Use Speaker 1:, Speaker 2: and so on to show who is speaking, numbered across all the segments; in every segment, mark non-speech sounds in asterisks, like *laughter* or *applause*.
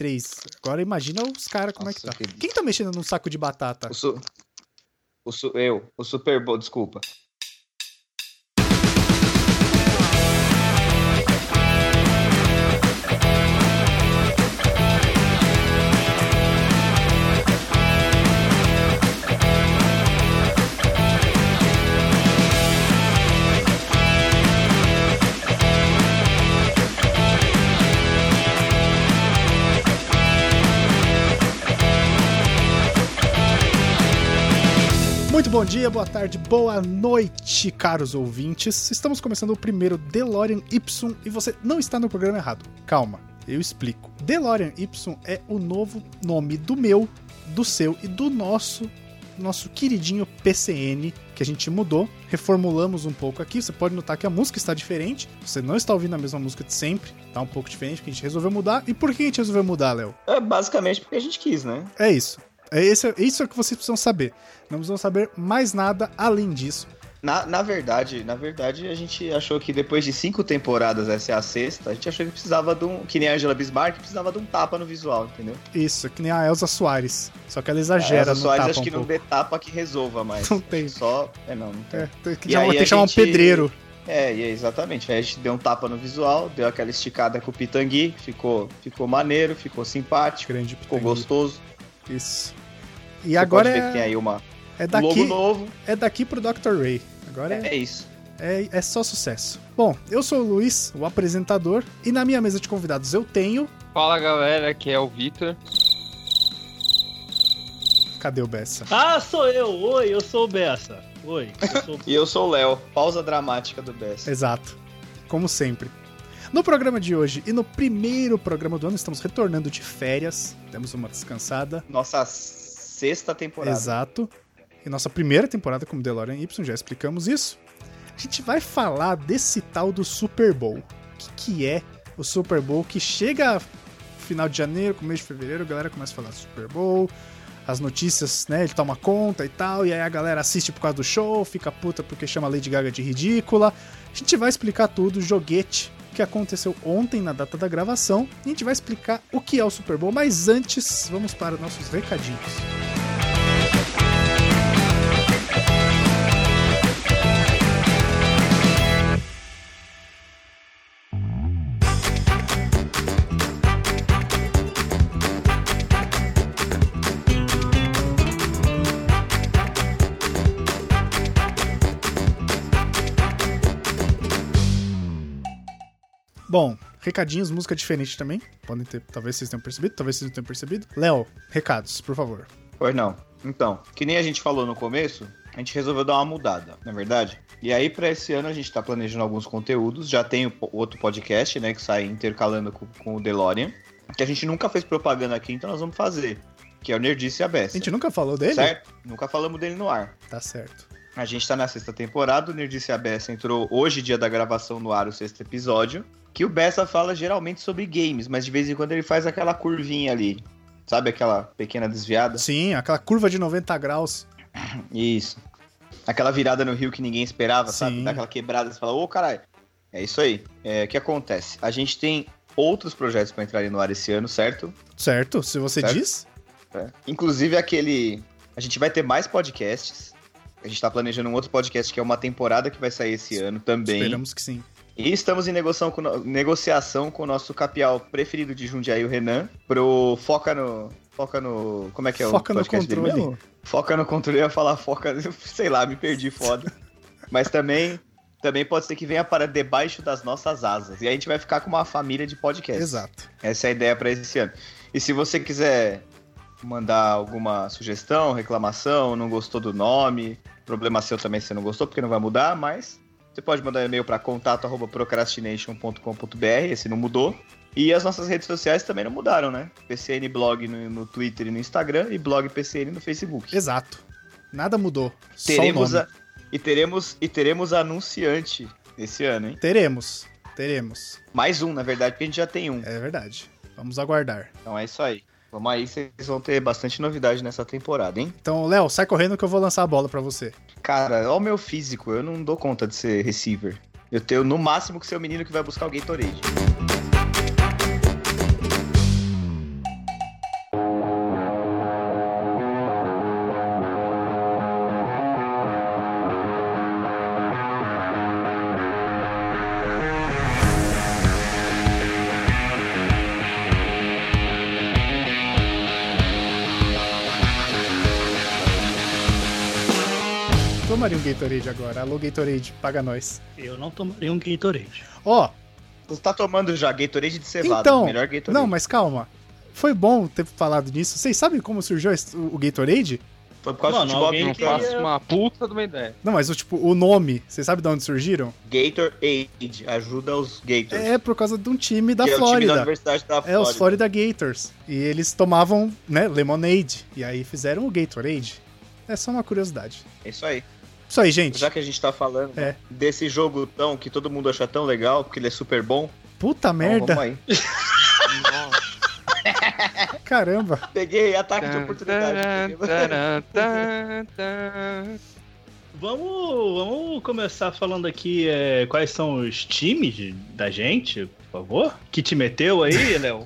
Speaker 1: 3. Agora imagina os caras como é que tá.
Speaker 2: Nossa, que-
Speaker 1: Quem tá mexendo num saco de batata?
Speaker 2: O su... o su... Eu, o Super Bowl, desculpa.
Speaker 1: Muito bom dia, boa tarde, boa noite, caros ouvintes. Estamos começando o primeiro DeLorean Y e você não está no programa errado. Calma, eu explico. DeLorean Y é o novo nome do meu, do seu e do nosso nosso queridinho PCN que a gente mudou, reformulamos um pouco aqui. Você pode notar que a música está diferente. Você não está ouvindo a mesma música de sempre, tá um pouco diferente porque a gente resolveu mudar. E por que a gente resolveu mudar, Léo?
Speaker 2: É basicamente porque a gente quis, né?
Speaker 1: É isso. É isso, isso é o que vocês precisam saber. Não precisam saber mais nada além disso.
Speaker 2: Na, na verdade, na verdade, a gente achou que depois de cinco temporadas, essa é a sexta, a gente achou que precisava de um. Que nem a Angela Bismarck precisava de um tapa no visual, entendeu?
Speaker 1: Isso, é que nem a Elsa Soares. Só que ela
Speaker 2: A
Speaker 1: exagera
Speaker 2: Elsa
Speaker 1: no
Speaker 2: Soares
Speaker 1: tapa
Speaker 2: é acho
Speaker 1: um
Speaker 2: que não
Speaker 1: pouco.
Speaker 2: dê tapa que resolva mais.
Speaker 1: Não tem.
Speaker 2: Só. É não, não tem.
Speaker 1: É, tem que
Speaker 2: E
Speaker 1: chamar,
Speaker 2: aí
Speaker 1: tem que
Speaker 2: a
Speaker 1: chamar um
Speaker 2: gente-
Speaker 1: pedreiro.
Speaker 2: É, e é exatamente. Aí a gente deu um tapa no visual, deu aquela esticada com o Pitangui, ficou, ficou maneiro, ficou simpático,
Speaker 1: Grande
Speaker 2: ficou
Speaker 1: pitangui.
Speaker 2: gostoso.
Speaker 1: Isso. E agora
Speaker 2: pode ver que tem
Speaker 1: é,
Speaker 2: aí uma
Speaker 1: é
Speaker 2: um logo
Speaker 1: daqui,
Speaker 2: novo.
Speaker 1: é daqui pro Dr. Ray. Agora é,
Speaker 2: É isso.
Speaker 1: é, é só sucesso. Bom, eu sou o Luiz, o apresentador, e na minha mesa de convidados eu tenho.
Speaker 3: Fala galera, aqui é o Vitor.
Speaker 1: Cadê o Bessa?
Speaker 4: Ah, sou eu! Oi, eu sou o Bessa. Oi, eu sou o
Speaker 2: E eu sou o Léo, pausa dramática do Bess.
Speaker 1: Exato. Como sempre. No programa de hoje e no primeiro programa do ano, estamos retornando de férias. Temos uma descansada.
Speaker 2: Nossa sexta temporada.
Speaker 1: Exato. E nossa primeira temporada como DeLorean Y, já explicamos isso. A gente vai falar desse tal do Super Bowl. O que, que é o Super Bowl que chega final de janeiro, começo de fevereiro, a galera começa a falar do Super Bowl, as notícias, né, ele toma conta e tal, e aí a galera assiste por causa do show, fica puta porque chama a Lady Gaga de ridícula. A gente vai explicar tudo, o joguete que aconteceu ontem na data da gravação. E a gente vai explicar o que é o Super Bowl, mas antes, vamos para nossos recadinhos. Bom, recadinhos, música diferente também. Podem ter, talvez vocês tenham percebido, talvez vocês não tenham percebido. Léo, recados, por favor.
Speaker 2: Pois não. Então, que nem a gente falou no começo, a gente resolveu dar uma mudada, na verdade. E aí, pra esse ano, a gente tá planejando alguns conteúdos. Já tem o po- outro podcast, né, que sai intercalando com, com o DeLorean. Que a gente nunca fez propaganda aqui, então nós vamos fazer. Que é o Nerdice e a
Speaker 1: A
Speaker 2: Bessa.
Speaker 1: gente nunca falou dele?
Speaker 2: Certo? Nunca falamos dele no ar.
Speaker 1: Tá certo.
Speaker 2: A gente tá na sexta temporada, o Nerdice e a Bessa entrou hoje, dia da gravação no ar, o sexto episódio. Que o Bessa fala geralmente sobre games, mas de vez em quando ele faz aquela curvinha ali. Sabe aquela pequena desviada?
Speaker 1: Sim, aquela curva de 90 graus.
Speaker 2: Isso. Aquela virada no rio que ninguém esperava,
Speaker 1: Sim.
Speaker 2: sabe? Daquela quebrada, você fala, ô caralho. É isso aí. É, o que acontece? A gente tem outros projetos pra entrarem no ar esse ano, certo?
Speaker 1: Certo? Se você
Speaker 2: Certo.
Speaker 1: diz.
Speaker 2: É. Inclusive aquele. A gente vai ter mais podcasts. A gente tá planejando um outro podcast que é uma temporada que vai sair esse ano também.
Speaker 1: Esperamos que sim.
Speaker 2: E estamos em negociação com, no- negociação com o nosso capial preferido de Jundiaí, o Renan, pro Foca no. Foca no. Como é que é
Speaker 1: Foca
Speaker 2: o
Speaker 1: no
Speaker 2: podcast dele mesmo?
Speaker 1: controle.
Speaker 2: Foca no controle, eu ia falar foca, *laughs* sei lá, me perdi foda. Mas também, também pode ser que venha para debaixo das nossas asas. E aí a gente vai ficar com uma família de podcasts.
Speaker 1: Exato.
Speaker 2: Essa é a ideia para esse ano. E se você quiser mandar alguma sugestão, reclamação, não gostou do nome, problema seu também se você não gostou, porque não vai mudar, mas você pode mandar e-mail para contato@procrastination.com.br, esse não mudou. E as nossas redes sociais também não mudaram, né? PCN Blog no, no Twitter e no Instagram e Blog PCN no Facebook.
Speaker 1: Exato. Nada mudou.
Speaker 2: Teremos
Speaker 1: Só o
Speaker 2: a,
Speaker 1: nome.
Speaker 2: e teremos e teremos anunciante esse ano, hein?
Speaker 1: Teremos. Teremos.
Speaker 2: Mais um, na verdade, porque a gente já tem um.
Speaker 1: É verdade. Vamos aguardar.
Speaker 2: Então é isso aí. Vamos aí, vocês vão ter bastante novidade nessa temporada, hein?
Speaker 1: Então, Léo, sai correndo que eu vou lançar a bola pra você.
Speaker 2: Cara, olha o meu físico, eu não dou conta de ser receiver. Eu tenho no máximo que ser o menino que vai buscar o Gatorade.
Speaker 1: tomaria um Gatorade agora. Alô, Gatorade, paga nós.
Speaker 4: Eu não tomaria um Gatorade.
Speaker 1: Ó,
Speaker 2: Você tá tomando já Gatorade de cevada,
Speaker 1: Então,
Speaker 2: melhor Gatorade.
Speaker 1: não, mas calma. Foi bom ter falado nisso. Vocês sabem como surgiu esse- o Gatorade?
Speaker 2: Foi por causa
Speaker 4: Mano,
Speaker 2: do futebol
Speaker 4: alguém
Speaker 3: Não
Speaker 2: americano.
Speaker 4: queria-
Speaker 1: é?
Speaker 3: faço uma puta de uma
Speaker 1: *laughs*
Speaker 3: ideia.
Speaker 1: Não, mas o tipo, o nome, vocês sabem de onde surgiram?
Speaker 2: Gatorade ajuda os Gators.
Speaker 1: É por causa de um time da
Speaker 2: que é o time da
Speaker 1: Flórida.
Speaker 2: Universidade da
Speaker 1: É
Speaker 2: Flórida.
Speaker 1: os Florida Gators. E eles tomavam, né, lemonade. E aí fizeram o Gatorade. É só uma curiosidade.
Speaker 2: É isso aí.
Speaker 1: Isso aí, gente.
Speaker 2: Já que a gente tá falando
Speaker 1: É.
Speaker 2: desse jogo tão que todo mundo acha tão legal, porque ele é super bom.
Speaker 1: Puta
Speaker 2: então
Speaker 1: merda.
Speaker 2: vamos aí.
Speaker 3: Nossa.
Speaker 1: *laughs* Caramba.
Speaker 2: Peguei ataque de oportunidade.
Speaker 3: Taran, taran, taran.
Speaker 4: Vamos, vamos começar falando aqui é, quais são os times de- da gente, por favor. Que te
Speaker 2: *laughs*
Speaker 4: meteu aí, Léo?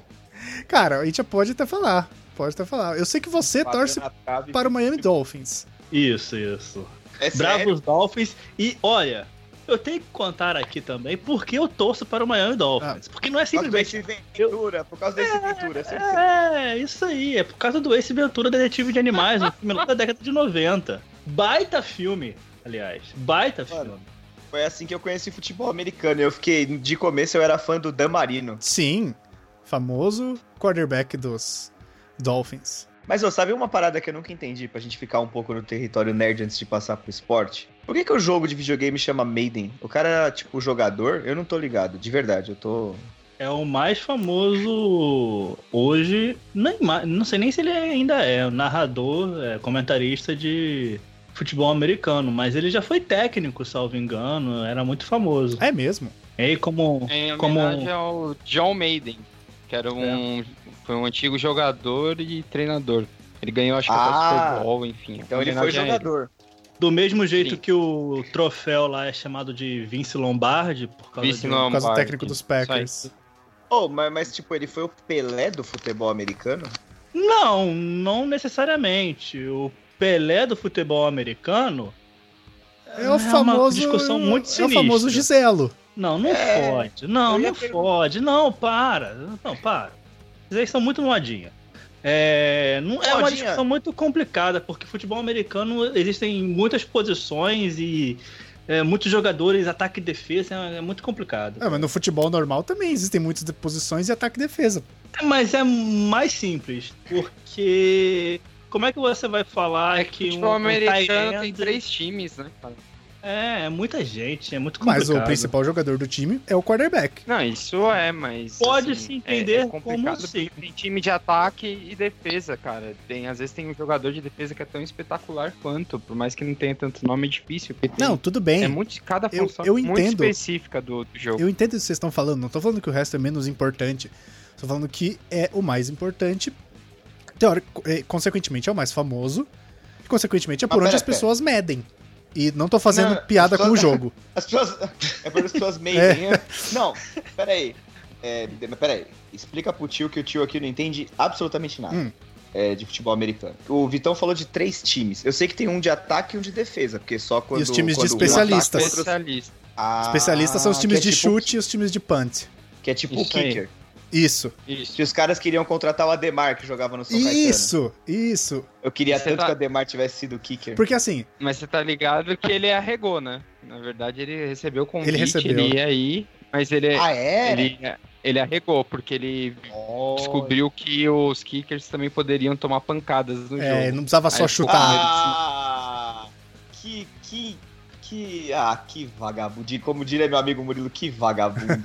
Speaker 1: Cara, a gente já pode até falar. Pode até falar. Eu sei que você
Speaker 2: Bateu
Speaker 1: torce
Speaker 2: na trave.
Speaker 1: para o Miami Dolphins.
Speaker 4: Isso, isso.
Speaker 2: É sério?
Speaker 4: Bravos Dolphins. E olha, eu tenho que contar aqui também porque eu torço para o Miami Dolphins. Porque não é
Speaker 2: Por causa do
Speaker 4: simplesmente.
Speaker 2: Ace Ventura, por causa desse Ventura. é sempre-
Speaker 4: É, isso aí. É por causa do Ace Ventura Detetive de Animais, um filme lá da década de 90. Baita filme, aliás. Baita
Speaker 2: Mano.
Speaker 4: filme.
Speaker 2: Foi assim que eu conheci futebol americano. Eu fiquei, de começo eu era fã do Dan Marino.
Speaker 1: Sim. Famoso quarterback dos Dolphins.
Speaker 2: Mas eu sabe uma parada que eu nunca entendi pra gente ficar um pouco no território nerd antes de passar pro esporte? Por que, que o jogo de videogame chama Maiden? O cara, tipo, jogador, eu não tô ligado, de verdade, eu tô.
Speaker 4: É o mais famoso hoje. nem ma- Não sei nem se ele ainda é um narrador, é, comentarista de futebol americano, mas ele já foi técnico, salvo engano, era muito famoso.
Speaker 1: É mesmo.
Speaker 4: E aí, como.
Speaker 3: Em
Speaker 4: Como-
Speaker 1: um
Speaker 3: homenagem ao John Maiden, que era um,
Speaker 1: É.
Speaker 3: foi um antigo jogador e treinador. Ele ganhou, acho que
Speaker 2: Ah.
Speaker 3: até o Super Bowl, enfim.
Speaker 2: Então ele foi
Speaker 3: Homenagem a
Speaker 2: jogador.
Speaker 4: Do mesmo jeito
Speaker 3: Sim.
Speaker 4: que o troféu lá é chamado de Vince Lombardi, por causa
Speaker 3: Vince
Speaker 4: de- um-
Speaker 1: Por causa do
Speaker 3: Lombardi.
Speaker 1: técnico dos Packers.
Speaker 2: Oh, mas, mas, tipo, ele foi o Pelé do futebol americano?
Speaker 4: Não, não necessariamente. O Pelé do futebol americano.
Speaker 1: É o famoso.
Speaker 4: Uma discussão muito
Speaker 1: é o
Speaker 4: sinistra.
Speaker 1: famoso Giselo.
Speaker 4: Não, não
Speaker 2: É,
Speaker 4: pode. Não,
Speaker 2: eu ia
Speaker 4: não
Speaker 2: perguntar.
Speaker 4: pode. Não, para. Não, para. Vocês são muito modinha. É, não, é uma
Speaker 2: Modinha.
Speaker 4: discussão muito complicada, porque futebol americano existem muitas posições e é, muitos jogadores, ataque e defesa, é, é muito complicado.
Speaker 1: É, mas no futebol normal também existem muitas de- posições de ataque e defesa.
Speaker 4: Mas é mais simples, porque como é que você vai falar
Speaker 2: É
Speaker 4: que
Speaker 3: É Futebol
Speaker 4: um, um tight
Speaker 3: americano tem
Speaker 4: end-
Speaker 3: três times, né, cara?
Speaker 4: É, é muita gente, é muito complicado.
Speaker 1: Mas o principal jogador do time é o quarterback.
Speaker 3: Não, isso é, mas.
Speaker 4: Pode
Speaker 3: assim,
Speaker 4: se entender
Speaker 3: é, é complicado
Speaker 4: como assim. sim.
Speaker 3: porque Tem time de ataque e defesa, cara. Tem, às vezes tem um jogador de defesa que é tão espetacular quanto, por mais que não tenha tanto nome, é difícil. porque tem-
Speaker 1: Não, tudo bem.
Speaker 3: é muito. Cada
Speaker 1: eu-
Speaker 3: função
Speaker 1: eu
Speaker 3: é muito
Speaker 1: entendo.
Speaker 3: específica do, do jogo.
Speaker 1: Eu entendo o que vocês estão falando, não tô falando que o resto é menos importante. Tô falando que é o mais importante. Teórico, eh, consequentemente, é o mais famoso. E, consequentemente, é
Speaker 2: Mas
Speaker 1: por onde
Speaker 2: pera,
Speaker 1: as pessoas medem. E não tô fazendo
Speaker 2: Não,
Speaker 1: piada com
Speaker 2: só-
Speaker 1: o jogo.
Speaker 2: As pessoas. É para as pessoas Maiden. né? Não, peraí. É, mas peraí. Explica pro tio que o tio aqui não entende absolutamente nada.
Speaker 1: Hum.
Speaker 2: é, de futebol americano. O Vitão falou de três times. Eu sei que tem um de ataque e um de defesa, porque só quando.
Speaker 1: os times de
Speaker 2: quando um
Speaker 1: especialistas.
Speaker 2: ataca, outros-
Speaker 3: é Especialista.
Speaker 2: Ah,
Speaker 1: Especialistas são os times
Speaker 2: que é
Speaker 1: de
Speaker 2: tipo-
Speaker 1: chute e os times de punt.
Speaker 2: Que é tipo o
Speaker 3: Isso aí.
Speaker 2: kicker.
Speaker 1: Isso,
Speaker 3: Isso.
Speaker 2: Que os caras queriam contratar o Ademar, que jogava no São Caetano.
Speaker 1: isso, isso.
Speaker 2: Eu queria
Speaker 3: Você
Speaker 2: tanto
Speaker 3: tá-
Speaker 2: que o Ademar tivesse sido kicker.
Speaker 1: Porque assim,
Speaker 3: Mas você tá ligado que ele arregou, né? Na verdade, ele recebeu o convite,
Speaker 1: Ele
Speaker 3: ele,
Speaker 1: recebeu.
Speaker 3: ia ir, mas ele,
Speaker 2: Ah, é?
Speaker 3: ele, ele arregou, porque ele
Speaker 2: Oh.
Speaker 3: descobriu que os kickers também poderiam tomar pancadas no
Speaker 1: é,
Speaker 3: jogo.
Speaker 1: não precisava só
Speaker 3: Aí,
Speaker 1: chutar.
Speaker 2: Ah, que, que, que, ah, que vagabundo. Como diria meu amigo Murilo,
Speaker 1: *laughs*
Speaker 2: que vagabundo.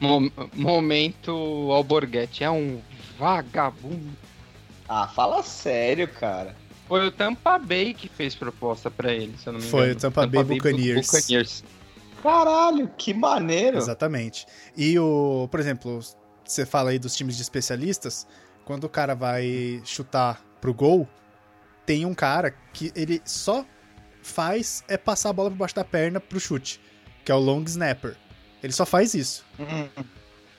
Speaker 3: Mo- momento Alborguete, é um vagabundo.
Speaker 2: ah, fala sério, cara.
Speaker 3: Foi o Tampa Bay que fez proposta pra ele, se eu não me
Speaker 1: Foi
Speaker 3: engano.
Speaker 1: o Tampa Bay Buccaneers.
Speaker 3: Buccaneers.
Speaker 2: Caralho, que maneiro.
Speaker 1: Exatamente. E o, por exemplo, você fala aí dos times de especialistas, quando o cara vai chutar pro gol, tem um cara que ele só faz é passar a bola por baixo da perna pro chute, que é o long snapper. Ele só faz isso.
Speaker 2: Hum.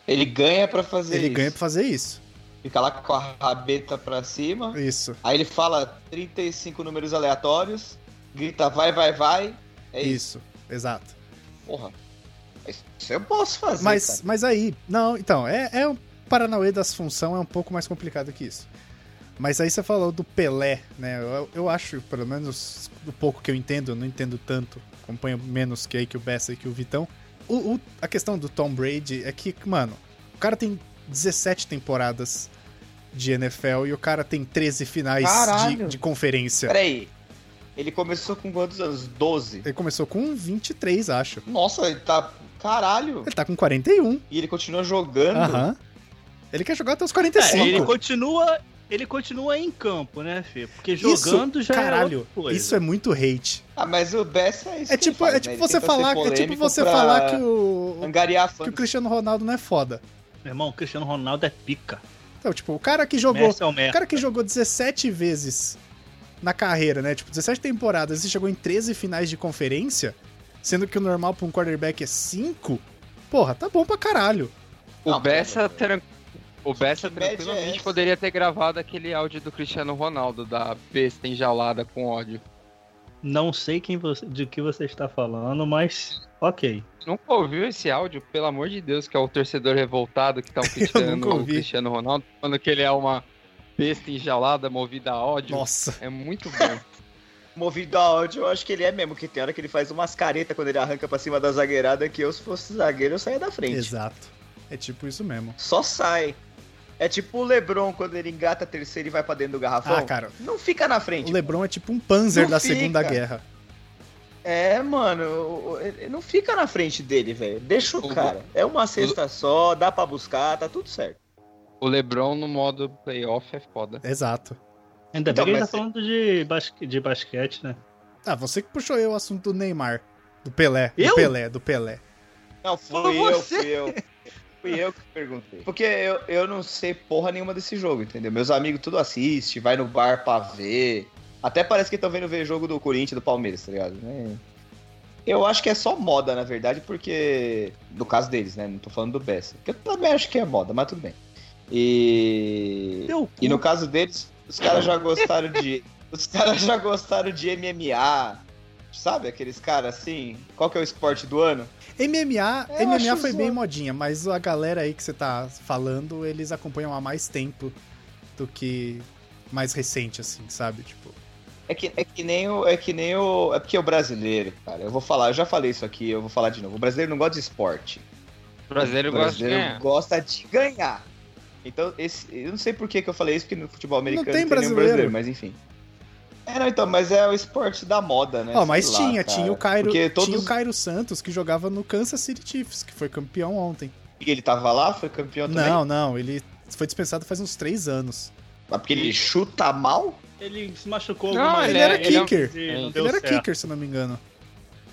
Speaker 2: Ele ganha pra fazer
Speaker 1: ele
Speaker 2: isso.
Speaker 1: ganha pra fazer isso.
Speaker 2: Fica lá com a rabeta pra cima.
Speaker 1: Isso.
Speaker 2: Aí ele fala 35 números aleatórios. Grita vai, vai, vai. É isso.
Speaker 1: Isso. Exato.
Speaker 2: Porra. Isso eu posso fazer.
Speaker 1: Mas,
Speaker 2: cara.
Speaker 1: mas aí, não, então, é, é um Paranauê das função é um pouco mais complicado que isso. Mas aí você falou do Pelé, né? Eu, eu acho, pelo menos do pouco que eu entendo, eu não entendo tanto, acompanho menos que aí que o Bessa e que o Vitão. O, o- a questão do Tom Brady é que, mano, o cara tem 17 temporadas de NFL e o cara tem 13 finais de,
Speaker 2: Caralho!
Speaker 1: de conferência.
Speaker 2: Peraí. Ele começou com quantos anos? 12.
Speaker 1: Ele começou com 23, acho.
Speaker 2: Nossa, ele tá. Caralho!
Speaker 1: Ele tá com 41.
Speaker 2: E ele continua jogando.
Speaker 1: Aham. Ele quer jogar até os
Speaker 4: É,
Speaker 1: 45.
Speaker 4: ele continua. Ele continua em campo, né, Fê? Porque
Speaker 1: Isso,
Speaker 4: jogando já é
Speaker 1: Caralho,
Speaker 4: outra coisa.
Speaker 1: isso é muito hate.
Speaker 2: Ah, mas o Bessa é isso.
Speaker 1: É
Speaker 2: que ele
Speaker 1: tipo,
Speaker 2: faz,
Speaker 1: é
Speaker 2: né?
Speaker 1: tipo
Speaker 2: Ele
Speaker 1: você
Speaker 2: tenta ser
Speaker 1: falar, é tipo
Speaker 2: polêmico
Speaker 1: você
Speaker 2: pra
Speaker 1: falar que o
Speaker 2: Angariar
Speaker 1: que o
Speaker 2: fãs.
Speaker 1: Cristiano Ronaldo não é foda.
Speaker 4: Meu irmão, o Cristiano Ronaldo é pica.
Speaker 1: Então, tipo, o cara que jogou,
Speaker 4: Messi é o
Speaker 1: o
Speaker 4: Messi.
Speaker 1: cara que jogou 17 vezes na carreira, né? Tipo, 17 temporadas e chegou em 13 finais de conferência, sendo que o normal pra um quarterback é 5. Porra, tá bom pra caralho.
Speaker 3: O
Speaker 2: Não,
Speaker 3: Bessa,
Speaker 2: pô,
Speaker 3: tran- o Bessa
Speaker 2: Que média é
Speaker 3: tranquilamente
Speaker 2: essa?
Speaker 3: poderia ter gravado aquele áudio do Cristiano Ronaldo, da besta enjaulada com ódio.
Speaker 4: Não sei quem você, de que você está falando, mas ok.
Speaker 3: Nunca ouviu esse áudio, pelo amor de Deus, que é o torcedor revoltado
Speaker 1: *laughs*
Speaker 3: que tá
Speaker 1: nunca
Speaker 3: criticando o
Speaker 1: ouvi.
Speaker 3: Cristiano Ronaldo, falando que ele é uma besta enjaulada movida a ódio.
Speaker 1: Nossa.
Speaker 3: É muito bom.
Speaker 2: Movido a ódio, eu acho que ele é mesmo, que tem hora que ele faz umas caretas quando ele arranca pra cima da zagueirada, que eu, se fosse zagueiro, eu saía da frente.
Speaker 1: Exato. É tipo isso mesmo.
Speaker 2: Só sai. É tipo o Lebron, quando ele engata a terceira e vai pra dentro do garrafão.
Speaker 1: Ah, cara,
Speaker 2: Não fica na
Speaker 1: o
Speaker 2: frente.
Speaker 1: LeBron é tipo um Panzer
Speaker 2: Tá Não
Speaker 1: da
Speaker 2: fica.
Speaker 1: Segunda Guerra.
Speaker 2: É, mano, o- o- ele não fica na frente dele, velho. Deixa o
Speaker 3: O-
Speaker 2: cara. É uma cesta só, dá pra buscar, tá tudo certo.
Speaker 3: O LeBron no modo playoff é foda.
Speaker 1: Exato.
Speaker 4: Ainda
Speaker 2: Então,
Speaker 4: bem que ele tá
Speaker 2: mas-
Speaker 4: falando de, basque- de basquete, né?
Speaker 1: Ah, você que puxou eu o assunto do Neymar. Do Pelé. Do
Speaker 4: Eu?
Speaker 1: Pelé, do Pelé.
Speaker 2: Não, fui
Speaker 4: Foi
Speaker 2: eu,
Speaker 4: você.
Speaker 2: fui eu. Fui eu que perguntei. Porque eu, eu não sei porra nenhuma desse jogo, entendeu? Meus amigos tudo assiste, vai no bar pra ver. Até parece que estão vendo ver jogo do Corinthians e do Palmeiras, tá ligado? É. Eu acho que é só moda, na verdade, porque. No caso deles, né? Não tô falando do Bessa. Que eu também acho que é moda, mas tudo bem. E.
Speaker 4: Teu cu.
Speaker 2: E no caso deles, os caras já gostaram
Speaker 4: *laughs*
Speaker 2: de. os caras já gostaram de MMA. Sabe aqueles caras assim? Qual que é o esporte do ano?
Speaker 1: MMA,
Speaker 2: Eu
Speaker 1: MMA
Speaker 2: acho
Speaker 1: foi bem
Speaker 2: zoado.
Speaker 1: modinha, mas a galera aí que você tá falando, eles acompanham há mais tempo do que mais recente, assim, sabe? Tipo,
Speaker 2: É que, é que nem o. É que nem o. É porque o brasileiro, cara, eu vou falar, eu já falei isso aqui, eu vou falar de novo. O brasileiro não gosta de esporte.
Speaker 3: O brasileiro
Speaker 2: o
Speaker 3: gosta né? de
Speaker 2: brasileiro
Speaker 3: ganhar.
Speaker 2: gosta de ganhar. Então, esse, eu não sei por que, que eu falei isso, porque no futebol americano
Speaker 1: tem
Speaker 2: não tem, nenhum
Speaker 1: brasileiro.
Speaker 2: brasileiro, mas enfim. É, não, então, mas é o esporte da moda, né?
Speaker 1: ó, mas
Speaker 2: Sei lá,
Speaker 1: tinha,
Speaker 2: cara.
Speaker 1: tinha o Cairo,
Speaker 2: Porque
Speaker 1: tinha
Speaker 2: todos
Speaker 1: o Cairo Santos que jogava no Kansas City Chiefs, que foi campeão ontem.
Speaker 2: ele tava lá, foi campeão também.
Speaker 1: Não, não, ele foi dispensado faz uns três anos.
Speaker 2: Mas porque ele chuta mal? *laughs*
Speaker 4: Ele se machucou
Speaker 3: Não,
Speaker 4: alguma
Speaker 3: ele
Speaker 4: vez,
Speaker 3: era
Speaker 4: não
Speaker 1: kicker.
Speaker 4: quis ir, não
Speaker 3: Ele
Speaker 4: deu
Speaker 1: ele era
Speaker 4: certo.
Speaker 1: kicker, se eu não me engano.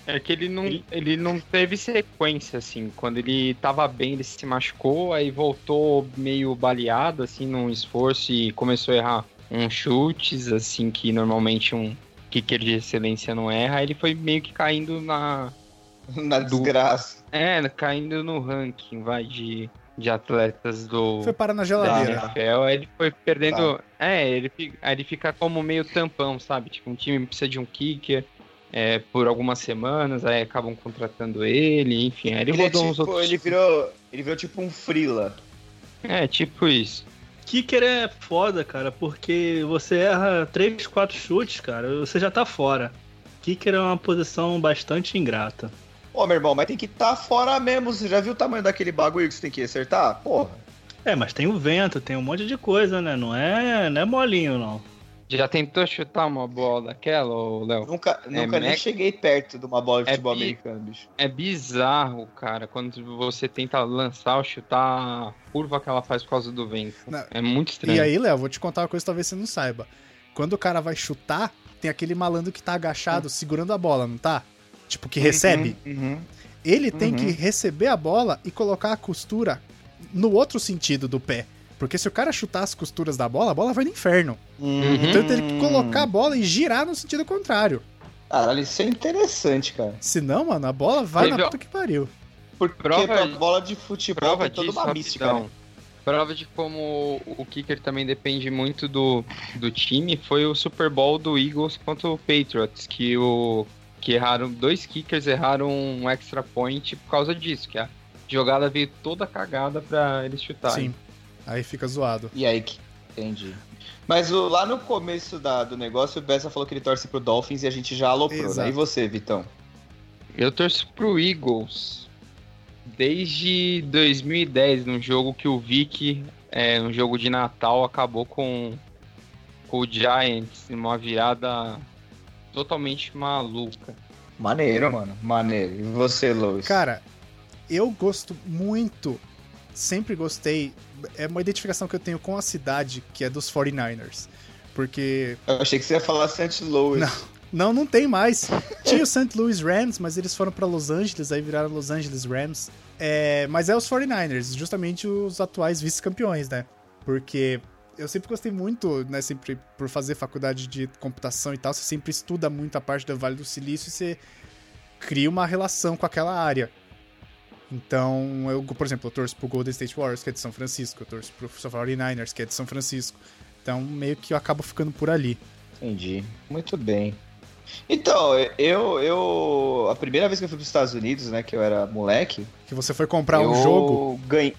Speaker 3: É que ele não,
Speaker 4: Ele-
Speaker 3: ele não teve sequência, assim. Quando ele tava bem, ele se machucou, aí voltou meio baleado, assim, num esforço e começou a errar uns chutes, assim, que normalmente um kicker de excelência não erra. Aí ele foi meio que caindo na.
Speaker 2: Na
Speaker 3: Do-
Speaker 2: desgraça.
Speaker 3: É, caindo no ranking, vai, de, de atletas do.
Speaker 1: Foi parar na
Speaker 3: da
Speaker 1: geladeira.
Speaker 2: Tá.
Speaker 3: NFL, né? aí ele foi perdendo. É, ele, fi- aí ele fica como meio tampão, sabe? Tipo, um time precisa de um kicker é, por algumas semanas, aí acabam contratando ele, enfim. Aí ele,
Speaker 2: Ele, é
Speaker 3: rodou uns
Speaker 2: tipo-
Speaker 3: outros.
Speaker 2: ele virou. Ele virou tipo um frila.
Speaker 3: É, tipo isso.
Speaker 4: Kicker é foda, cara, porque você erra 3, 4 chutes, cara, você já tá fora. Kicker é uma posição bastante ingrata.
Speaker 2: Ô, meu irmão, mas tem que estar fora mesmo. Você já viu o tamanho daquele bagulho que você tem que acertar? Porra.
Speaker 4: É, mas tem o vento, tem um monte de coisa, né? Não é, não é molinho, não.
Speaker 3: Já tentou chutar uma bola daquela, ô, Léo?
Speaker 2: Nunca, nunca nem
Speaker 3: É Mac-
Speaker 2: cheguei perto de uma bola de
Speaker 3: É
Speaker 2: futebol
Speaker 3: bi-
Speaker 2: americano, bicho.
Speaker 3: É bizarro, cara, quando você tenta lançar ou chutar a curva que ela faz por causa do vento.
Speaker 1: Não.
Speaker 3: É muito
Speaker 1: E
Speaker 3: estranho.
Speaker 1: aí, Léo, vou te contar uma coisa que talvez você não saiba. Quando o cara vai chutar, tem aquele malandro que tá
Speaker 3: Hum.
Speaker 1: agachado, segurando a bola, não tá? Tipo, que recebe.
Speaker 2: Uhum.
Speaker 1: Ele tem
Speaker 2: Uhum.
Speaker 1: que receber a bola e colocar a costura no outro sentido do pé. Porque se o cara chutar as costuras da bola, a bola vai no inferno.
Speaker 3: Uhum.
Speaker 1: Então ele
Speaker 3: Hum.
Speaker 1: tem que colocar a bola e girar no sentido contrário.
Speaker 2: Caralho, isso é interessante, cara.
Speaker 1: Senão, mano, a bola vai na
Speaker 3: Teve, ó,
Speaker 1: puta que pariu.
Speaker 2: Porque
Speaker 3: Prova-
Speaker 2: pra bola de futebol
Speaker 3: prova
Speaker 2: tem toda
Speaker 3: disso,
Speaker 2: uma mística.
Speaker 3: rapidão.
Speaker 2: Né?
Speaker 3: Prova de como o kicker também depende muito do, do time foi o Super Bowl do Eagles contra o Patriots, que o que erraram dois kickers erraram um extra point por causa disso, que a jogada veio toda cagada pra eles chutarem.
Speaker 1: Sim. Aí fica zoado.
Speaker 2: E aí que, Entendi. Mas o- lá no começo da- do negócio, o Bessa falou que ele torce pro Dolphins e a gente já aloprou,
Speaker 1: Exato.
Speaker 2: né? E você, Vitão?
Speaker 3: Eu torço pro Eagles desde 2010, num jogo que o Vic, é, num jogo de Natal, acabou com, com o Giants, numa virada totalmente maluca.
Speaker 2: Maneiro, mano. Maneiro. E você, Lois?
Speaker 1: Cara, eu gosto muito, sempre gostei. É uma identificação que eu tenho com a cidade, que é dos 49ers. Porque.
Speaker 2: Eu achei que você ia falar Santos Lois.
Speaker 1: Não, não tem mais. Tinha o St. Louis Rams, mas eles foram pra Los Angeles, aí viraram Los Angeles Rams. É, mas é os 49ers, justamente os atuais vice-campeões, né? Porque eu sempre gostei muito, né? Sempre por fazer faculdade de computação e tal, você sempre estuda muito a parte do Vale do Silício e você cria uma relação com aquela área. Então, eu, por exemplo, eu torço pro Golden State Warriors, que é de São Francisco, eu torço pro 49ers, que é de São Francisco. Então, meio que eu acabo ficando por ali.
Speaker 2: Entendi. Muito bem. Então, eu, eu. A primeira vez que eu fui pros Estados Unidos, né, que eu era moleque.
Speaker 1: Que você foi comprar
Speaker 2: eu
Speaker 1: um jogo.
Speaker 2: Ganhei.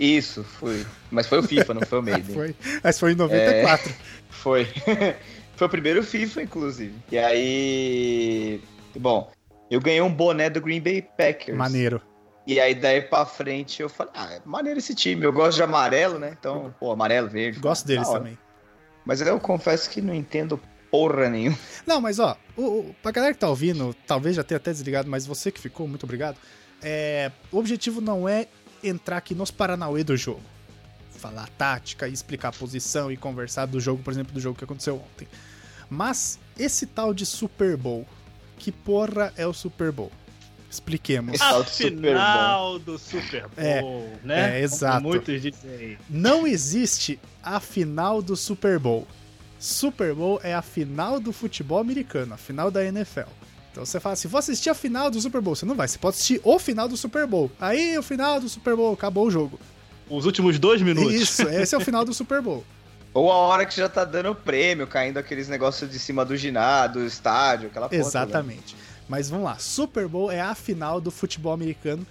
Speaker 2: Isso, fui. Mas foi o FIFA, não foi É, o
Speaker 1: *laughs*
Speaker 2: Maiden.
Speaker 1: Foi, mas foi em 94.
Speaker 2: Foi. *laughs* Foi o primeiro FIFA, inclusive. E aí. Bom, eu ganhei um boné do Green Bay Packers.
Speaker 1: Maneiro.
Speaker 2: E aí daí pra frente eu falei, ah, é maneiro esse time. Eu gosto de amarelo, né? Então, pô, amarelo, verde.
Speaker 1: Gosto
Speaker 2: da
Speaker 1: deles
Speaker 2: hora.
Speaker 1: também.
Speaker 2: Mas eu confesso que não entendo porra nenhuma. *laughs*
Speaker 1: Não, mas ó, o, o, pra galera que tá ouvindo, talvez já tenha até desligado, mas você que ficou, muito obrigado. É, o objetivo não é entrar aqui nos Paranauê do jogo. Falar tática e explicar a posição e conversar do jogo, por exemplo, do jogo que aconteceu ontem. Mas esse tal de Super Bowl, que porra é o Super Bowl? Expliquemos.
Speaker 2: Esse tal de Super Bowl.
Speaker 4: final do Super Bowl,
Speaker 1: É,
Speaker 4: né?
Speaker 1: é, exato.
Speaker 4: Como muitos dizem aí.
Speaker 1: Não existe a final do Super Bowl. Super Bowl é a final do futebol americano, a final da NFL. Então você fala assim, vou assistir a final do Super Bowl. Você não vai, você pode assistir o final do Super Bowl. Aí o final do Super Bowl, acabou o jogo.
Speaker 4: Os últimos dois minutos.
Speaker 1: Isso, esse é o final do Super
Speaker 2: *laughs*
Speaker 1: Bowl.
Speaker 2: Ou a hora que já tá dando prêmio, caindo aqueles negócios de cima do ginásio, do estádio, aquela porra.
Speaker 1: Exatamente. Mas vamos lá, Super Bowl é a final do futebol americano.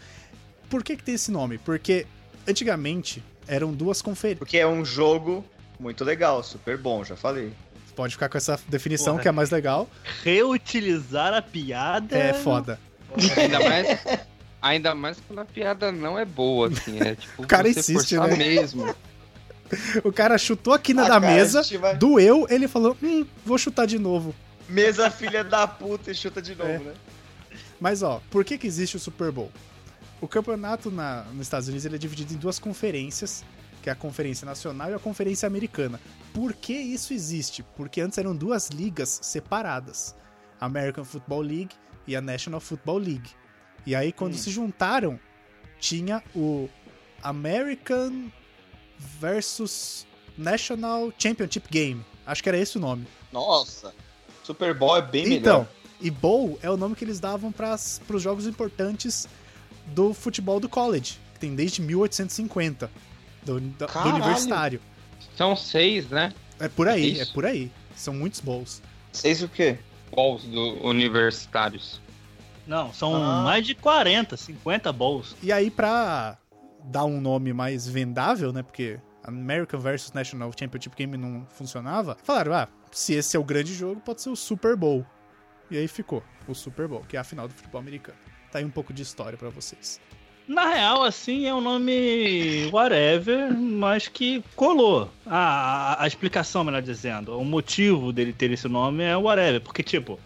Speaker 1: Por que, que tem esse nome? Porque antigamente eram duas conferências.
Speaker 2: Porque é um jogo muito legal, super bom, já falei.
Speaker 1: Pode ficar com essa definição
Speaker 4: Porra.
Speaker 1: que é a mais legal.
Speaker 4: Reutilizar a piada.
Speaker 1: É foda.
Speaker 3: Ainda mais,
Speaker 1: *laughs*
Speaker 3: ainda mais quando a piada não é boa, assim. É, tipo,
Speaker 1: O cara
Speaker 3: você
Speaker 1: insiste,
Speaker 3: forçar
Speaker 1: né?
Speaker 3: mesmo.
Speaker 1: O cara chutou a quina da
Speaker 2: Ah, cara,
Speaker 1: mesa.
Speaker 2: a gente vai-
Speaker 1: Doeu, ele falou, hum, vou chutar de novo.
Speaker 2: Mesa filha da puta e chuta de novo,
Speaker 1: É.
Speaker 2: né?
Speaker 1: Mas ó, por que, que existe o Super Bowl? O campeonato na, nos Estados Unidos ele é dividido em duas conferências, que é a Conferência Nacional e a Conferência Americana. Por que isso existe? Porque antes eram duas ligas separadas, a American Football League e a National Football League. E aí quando
Speaker 2: Hum.
Speaker 1: se juntaram, tinha o American versus National Championship Game. Acho que era esse o nome.
Speaker 2: Nossa, Super Bowl é bem
Speaker 1: Então,
Speaker 2: melhor.
Speaker 1: e bowl é o nome que eles davam para os jogos importantes do futebol do college, que tem desde 1850, do, da- do
Speaker 2: Caralho!
Speaker 1: universitário.
Speaker 3: São seis, né?
Speaker 1: É por aí, é,
Speaker 3: Isso.
Speaker 1: por aí. São muitos bowls.
Speaker 2: Vocês o quê?
Speaker 3: Balls do universitários.
Speaker 4: Não, são
Speaker 2: Ah.
Speaker 4: mais de 40, 50 bowls.
Speaker 1: E aí, pra dar um nome mais vendável, né, porque American versus National Championship Game não funcionava, falaram, ah, se esse é o grande jogo, pode ser o Super Bowl. E aí ficou, o Super Bowl, que é a final do futebol americano. Tá aí um pouco de história pra vocês.
Speaker 4: Na real, assim, é um nome whatever, mas que colou. A, a- a explicação, melhor dizendo, o motivo dele ter esse nome é whatever, porque, tipo,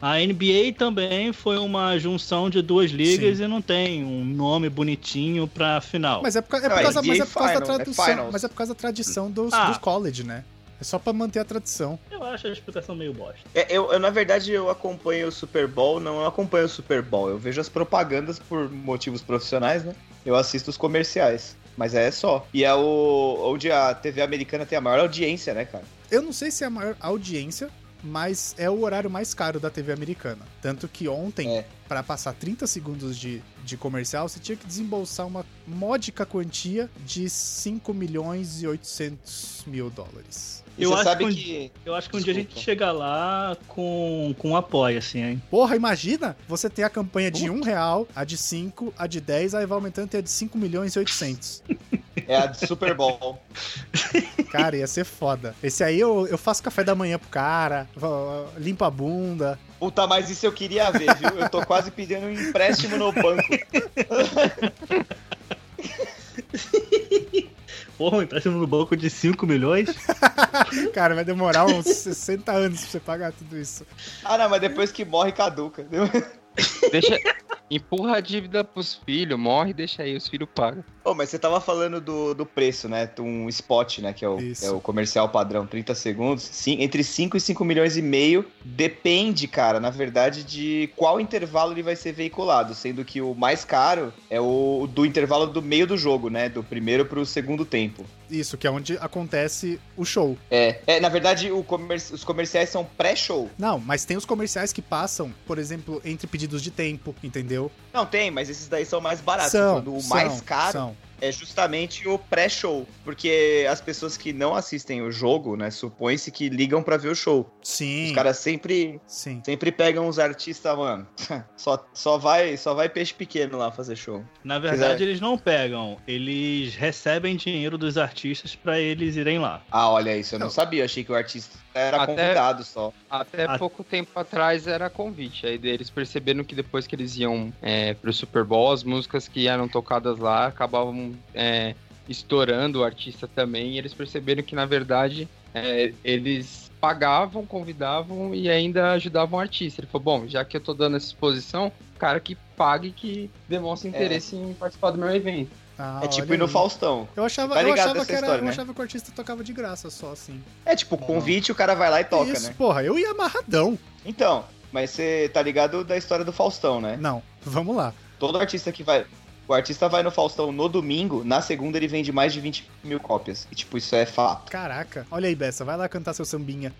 Speaker 4: a NBA também foi uma junção de duas ligas e não tem um nome bonitinho pra final.
Speaker 1: Mas é por, ca- é por
Speaker 2: Não,
Speaker 1: causa, mas
Speaker 2: NBA
Speaker 1: é por causa da
Speaker 2: final, é
Speaker 1: tradução.
Speaker 2: finals.
Speaker 1: mas é por causa da tradição dos,
Speaker 4: Ah.
Speaker 1: dos college, né? É só pra manter a tradição.
Speaker 4: Eu acho a explicação meio bosta.
Speaker 2: É, Eu, eu, na verdade, eu acompanho o Super Bowl, não eu acompanho o Super Bowl. Eu vejo as propagandas por motivos profissionais, né? Eu assisto os comerciais. Mas é só. E é o, onde a TV americana tem a maior audiência, né, cara?
Speaker 1: Eu não sei se é a maior audiência, mas é o horário mais caro da TV americana. Tanto que ontem,
Speaker 2: É.
Speaker 1: pra passar 30 segundos de, de comercial, você tinha que desembolsar uma módica quantia de 5 milhões e 800 mil dólares.
Speaker 2: E
Speaker 4: Eu
Speaker 2: você
Speaker 4: acho
Speaker 2: sabe
Speaker 4: que-
Speaker 2: que...
Speaker 4: Eu acho que um dia a gente
Speaker 2: Desculpa.
Speaker 4: chega lá com, com um apoio, assim, hein?
Speaker 1: Porra, imagina você ter a campanha de um real, a de 5, a de 10, aí vai aumentando até a de 5 milhões e 800.
Speaker 2: É a de Super Bowl.
Speaker 1: Cara, ia ser foda. Esse aí eu, eu faço café da manhã pro cara, vou- limpo a bunda.
Speaker 2: Puta, mas isso eu queria ver, viu? Eu tô quase pedindo um empréstimo no banco.
Speaker 4: Porra, um empréstimo no banco de 5 milhões?
Speaker 1: Cara, vai demorar uns 60 anos pra você pagar tudo isso.
Speaker 2: Ah, não, mas depois que morre, caduca.
Speaker 3: Deixa...
Speaker 1: *laughs*
Speaker 3: Empurra a dívida pros filhos, morre e deixa aí, os filhos pagam.
Speaker 2: *laughs* Ô, mas você tava falando do, do preço, né? Um spot, né? Que é o,
Speaker 1: Isso.
Speaker 2: é o comercial padrão, 30 segundos. Sim, entre 5 e 5 milhões e meio. Depende, cara, na verdade, de qual intervalo ele vai ser veiculado. Sendo que o mais caro é o do intervalo do meio do jogo, né? Do primeiro pro segundo tempo.
Speaker 1: Isso, que é onde acontece o show.
Speaker 2: É, é na verdade, o comer- os comerciais são pré-show.
Speaker 1: Não, mas tem os comerciais que passam, por exemplo, entre pedidos de tempo, entendeu?
Speaker 2: Não, tem, mas esses daí são mais baratos. Quando o
Speaker 1: são,
Speaker 2: mais caro
Speaker 1: são.
Speaker 2: é justamente o pré-show. Porque as pessoas que não assistem o jogo, né? Supõe-se que ligam pra ver o show. Os
Speaker 1: Sim,
Speaker 2: caras sempre,
Speaker 1: sim.
Speaker 2: sempre pegam os artistas, mano. *laughs* Só, só, vai, só vai peixe pequeno lá fazer show.
Speaker 4: Na
Speaker 2: *laughs*
Speaker 4: verdade,
Speaker 2: Pois é.
Speaker 4: eles não pegam. Eles recebem dinheiro dos artistas pra eles irem lá.
Speaker 2: Ah, olha isso, eu não,
Speaker 1: Não.
Speaker 2: sabia. Achei que o artista era
Speaker 3: Até-
Speaker 2: convidado só.
Speaker 3: Até
Speaker 4: Ah.
Speaker 3: pouco tempo atrás era convite. Aí eles perceberam que depois que eles iam é, pro Super Bowl, as músicas que eram tocadas lá acabavam é, estourando o artista também. E eles perceberam que, na verdade, é, eles pagavam, convidavam e ainda ajudavam o artista. Ele falou, bom, já que eu tô dando essa exposição, cara que pague que demonstre interesse em participar do meu evento.
Speaker 1: Ah,
Speaker 2: é tipo
Speaker 1: olha
Speaker 2: ir no
Speaker 1: aí.
Speaker 2: Faustão.
Speaker 1: Eu achava,
Speaker 2: Tá
Speaker 1: eu
Speaker 2: ligado
Speaker 1: achava
Speaker 2: dessa
Speaker 1: que era,
Speaker 2: história,
Speaker 1: eu
Speaker 2: né?
Speaker 1: achava que o artista tocava de graça só, assim.
Speaker 2: É tipo convite, o cara vai lá e toca,
Speaker 1: isso,
Speaker 2: né?
Speaker 1: porra, eu ia
Speaker 2: *laughs*
Speaker 1: amarradão.
Speaker 2: Então, mas você tá ligado da história do Faustão, né?
Speaker 1: Não, vamos lá.
Speaker 2: Todo artista que vai. O artista vai no Faustão no domingo, na segunda ele vende mais de 20 mil cópias. E, tipo, isso é fato.
Speaker 1: Caraca, olha aí, Bessa, vai lá cantar seu sambinha.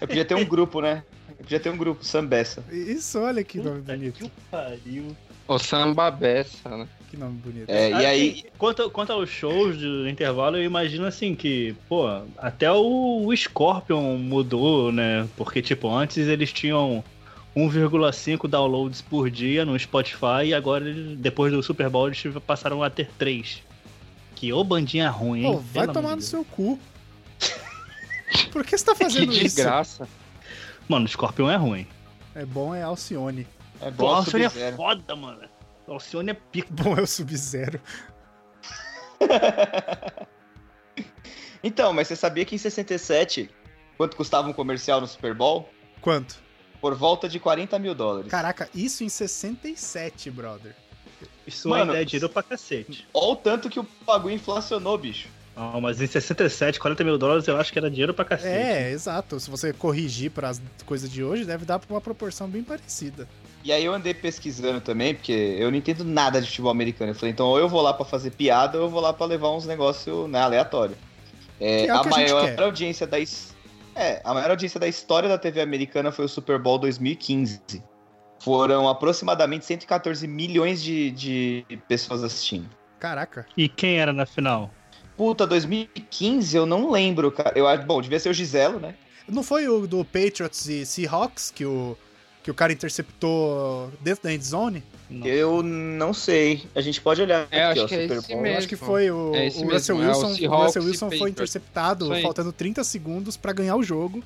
Speaker 2: Eu podia ter um grupo, né? Eu podia ter um grupo, Sambeça.
Speaker 1: Isso, olha que nome
Speaker 4: Puta
Speaker 1: bonito.
Speaker 4: que pariu.
Speaker 3: O samba beça, né?
Speaker 1: Que nome bonito.
Speaker 2: É, e aí.
Speaker 4: Assim, Quanto, quanto aos shows do intervalo, eu imagino assim que, pô, até o, o Scorpion mudou, né? Porque, tipo, antes eles tinham 1,5 downloads por dia no Spotify e agora, eles- depois do Super Bowl, eles passaram a ter 3. Que ô bandinha ruim, hein?
Speaker 1: Pô, vai
Speaker 4: Pelo
Speaker 1: tomar
Speaker 4: amor
Speaker 1: no
Speaker 4: de Deus.
Speaker 1: seu cu. Por que você tá
Speaker 3: Que
Speaker 1: fazendo isso?
Speaker 3: desgraça.
Speaker 4: Mano, o Scorpion é ruim.
Speaker 1: É bom é Alcione. *laughs*
Speaker 2: É bom
Speaker 4: Pô, Alcione é
Speaker 2: Sub-Zero.
Speaker 4: foda, mano. Alcione é pica.
Speaker 1: Bom é o Sub-Zero.
Speaker 2: Então, mas você sabia que em 67, quanto custava um comercial no Super Bowl?
Speaker 1: Quanto?
Speaker 2: Por volta de 40 mil dólares.
Speaker 1: Caraca, isso em 67, brother.
Speaker 4: Isso
Speaker 2: Mano,
Speaker 4: ainda é dinheiro pra
Speaker 2: *laughs*
Speaker 4: cacete.
Speaker 2: Olha o tanto que o bagulho inflacionou, bicho.
Speaker 4: Ah, mas em 67, 40 mil dólares eu acho que era dinheiro pra cacete.
Speaker 1: É, exato. Se você corrigir para as coisas de hoje, deve dar pra uma proporção bem parecida.
Speaker 2: E aí eu andei pesquisando também, porque eu não entendo nada de futebol americano. Eu falei, então ou eu vou lá pra fazer piada ou eu vou lá pra levar uns negócios né, aleatório. É,
Speaker 1: Que é o
Speaker 2: a
Speaker 1: que a gente
Speaker 2: maior
Speaker 1: quer.
Speaker 2: audiência da his- é, a maior audiência da história da TV americana foi o Super Bowl 2015. Foram aproximadamente 114 milhões de- de pessoas assistindo.
Speaker 1: Caraca.
Speaker 4: E quem era na final?
Speaker 2: Puta, 2015 eu não lembro, cara. Eu acho, bom, devia ser o Giselo, né?
Speaker 1: Não foi o do Patriots e Seahawks que o, que o cara interceptou dentro da endzone?
Speaker 4: Não.
Speaker 2: Eu não sei. A gente pode olhar
Speaker 3: É, acho
Speaker 2: ó,
Speaker 3: que é
Speaker 2: Super
Speaker 3: esse
Speaker 2: Bowl.
Speaker 1: Eu
Speaker 3: mesmo.
Speaker 1: acho que foi o,
Speaker 3: É esse
Speaker 1: o Russell
Speaker 3: mesmo, é o
Speaker 1: Wilson. o,
Speaker 3: Seahawks
Speaker 1: Russell
Speaker 3: e
Speaker 1: Wilson foi
Speaker 3: Patriots.
Speaker 1: interceptado,
Speaker 3: Isso aí.
Speaker 1: faltando 30 segundos pra ganhar o jogo.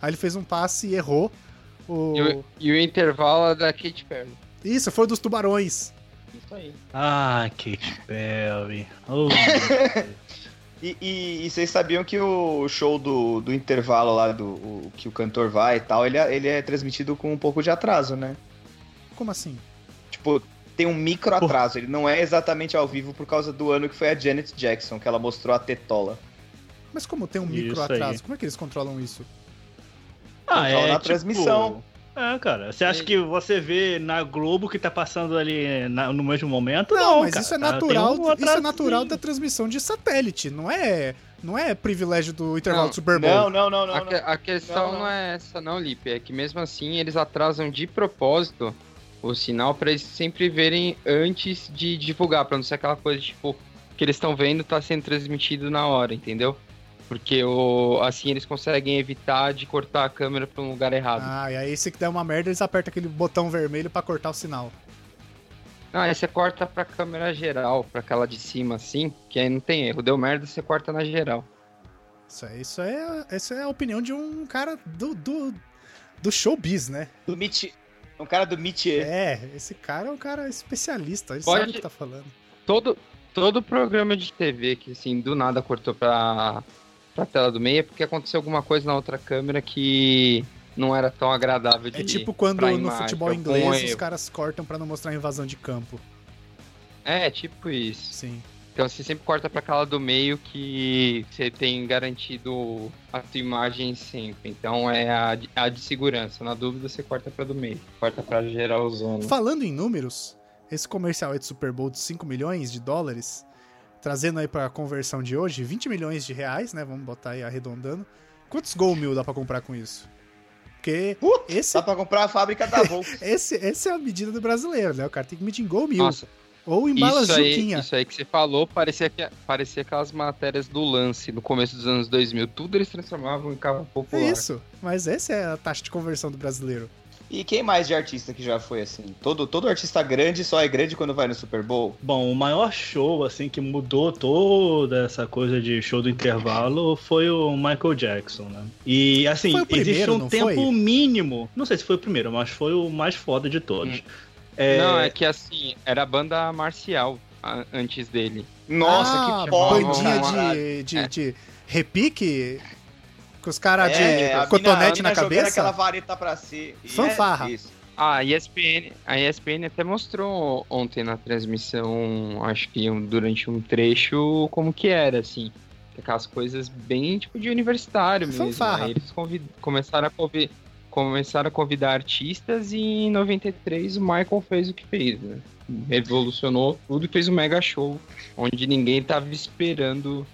Speaker 1: Aí ele fez um passe e errou. O-
Speaker 3: E o, e o intervalo é da Kate Perry.
Speaker 1: Isso, foi o dos tubarões.
Speaker 3: Isso aí.
Speaker 4: Ah, Kate *laughs* Perry. Oh,
Speaker 2: E, e- e vocês sabiam que o show do, do intervalo lá, do, o- que o cantor vai e tal, ele, é- ele é transmitido com um pouco de atraso, né?
Speaker 1: Como assim?
Speaker 2: Tipo, tem um micro atraso. Ele não é exatamente ao vivo por causa do ano que foi a Janet Jackson, que ela mostrou a tetola.
Speaker 1: Mas como tem um
Speaker 4: Isso
Speaker 1: micro atraso,
Speaker 4: aí.
Speaker 1: como é que eles controlam isso?
Speaker 4: ah,
Speaker 2: Controla na transmissão.
Speaker 4: É, cara. Você acha que você vê na Globo que tá passando ali na- no mesmo momento?
Speaker 1: Não,
Speaker 4: Não,
Speaker 1: mas
Speaker 4: cara,
Speaker 1: isso é
Speaker 4: tá-
Speaker 1: natural,
Speaker 4: tem um
Speaker 1: isso é
Speaker 4: atrasozinho.
Speaker 1: natural da transmissão de satélite, não é, não é privilégio do intervalo
Speaker 3: Não,
Speaker 1: do Super Bowl.
Speaker 2: Não, não, não, não.
Speaker 3: a, que-
Speaker 2: não.
Speaker 3: a questão
Speaker 2: Não,
Speaker 3: não,
Speaker 2: não.
Speaker 3: é essa, não, Lipe. É que mesmo assim eles atrasam de propósito o sinal pra eles sempre verem antes de divulgar, pra não ser aquela coisa tipo que eles estão vendo tá sendo transmitido na hora, entendeu? Porque o, assim eles conseguem evitar de cortar a câmera pra um lugar errado.
Speaker 1: Ah, e aí se que der uma merda, eles apertam aquele botão vermelho pra cortar o sinal.
Speaker 3: Não, aí você corta pra câmera geral, pra aquela de cima assim, que aí não tem erro. Deu merda, você corta na geral.
Speaker 1: Isso é, isso é, isso é a opinião de um cara do, do, do showbiz, né?
Speaker 2: Do Mitch. Um cara do Mitch.
Speaker 1: É, esse cara é um cara especialista, ele
Speaker 3: Pode-
Speaker 1: sabe o que tá falando.
Speaker 3: Todo, todo programa de TV que, assim, do nada cortou pra, pra tela do meio é porque aconteceu alguma coisa na outra câmera que não era tão agradável de
Speaker 1: É tipo quando
Speaker 3: pra
Speaker 1: no
Speaker 3: imagem,
Speaker 1: futebol
Speaker 3: eu
Speaker 1: inglês
Speaker 3: ponho-
Speaker 1: os caras cortam pra não mostrar a invasão de campo.
Speaker 3: É, tipo isso.
Speaker 1: Sim.
Speaker 3: Então você sempre corta pra aquela do meio que você tem garantido a sua imagem sempre. Então é a, de- a de segurança. Na dúvida você corta pra do meio. Corta pra geralzona.
Speaker 1: Falando em números, esse comercial aí de Super Bowl de 5 milhões de dólares, trazendo aí pra conversão de hoje, 20 milhões de reais, né? Vamos botar aí arredondando. Quantos Gol Mil dá pra comprar com isso? Porque
Speaker 2: Putz,
Speaker 1: esse,
Speaker 2: Dá pra comprar a fábrica da Volks.
Speaker 1: esse, essa é a medida do brasileiro, né? O cara tem que medir em Gol Mil.
Speaker 3: Nossa,
Speaker 1: Ou em balas
Speaker 3: isso aí,
Speaker 1: Juquinha.
Speaker 3: isso aí que você falou parecia, que, parecia aquelas matérias do lance no começo dos anos 2000. Tudo eles transformavam em carro popular.
Speaker 1: É isso. Mas essa é a taxa de conversão do brasileiro.
Speaker 2: E quem mais de artista que já foi assim? Todo, todo artista grande só é grande quando vai no Super Bowl?
Speaker 4: Bom, o maior show, assim, que mudou toda essa coisa de show do intervalo foi o Michael Jackson, né? E, assim,
Speaker 1: Foi o primeiro,
Speaker 4: existe
Speaker 1: não
Speaker 4: um tempo
Speaker 1: foi?
Speaker 4: mínimo. Não sei se foi o primeiro, mas foi o mais foda de todos. É,
Speaker 3: Não, é que assim, era a banda marcial a- antes dele.
Speaker 1: ah,
Speaker 2: Nossa, que foda.
Speaker 1: bandinha
Speaker 2: cara.
Speaker 1: de, de,
Speaker 3: É.
Speaker 1: de repique Ah, com os caras
Speaker 2: É, a
Speaker 1: de cotonete
Speaker 2: mina- a
Speaker 1: na
Speaker 2: mina jogando
Speaker 1: cabeça.
Speaker 2: aquela vareta pra si. E é
Speaker 1: Fanfarra.
Speaker 2: isso.
Speaker 3: Ah, a ESPN, a ESPN até mostrou ontem na transmissão, acho que um- durante um trecho, como que era, assim. Aquelas coisas bem tipo de universitário mesmo.
Speaker 1: Fanfarra.
Speaker 3: Aí eles convid- começaram, a convi- começaram a convidar artistas e em 93 o Michael fez o que fez, né? Revolucionou tudo e fez um mega show, onde ninguém tava esperando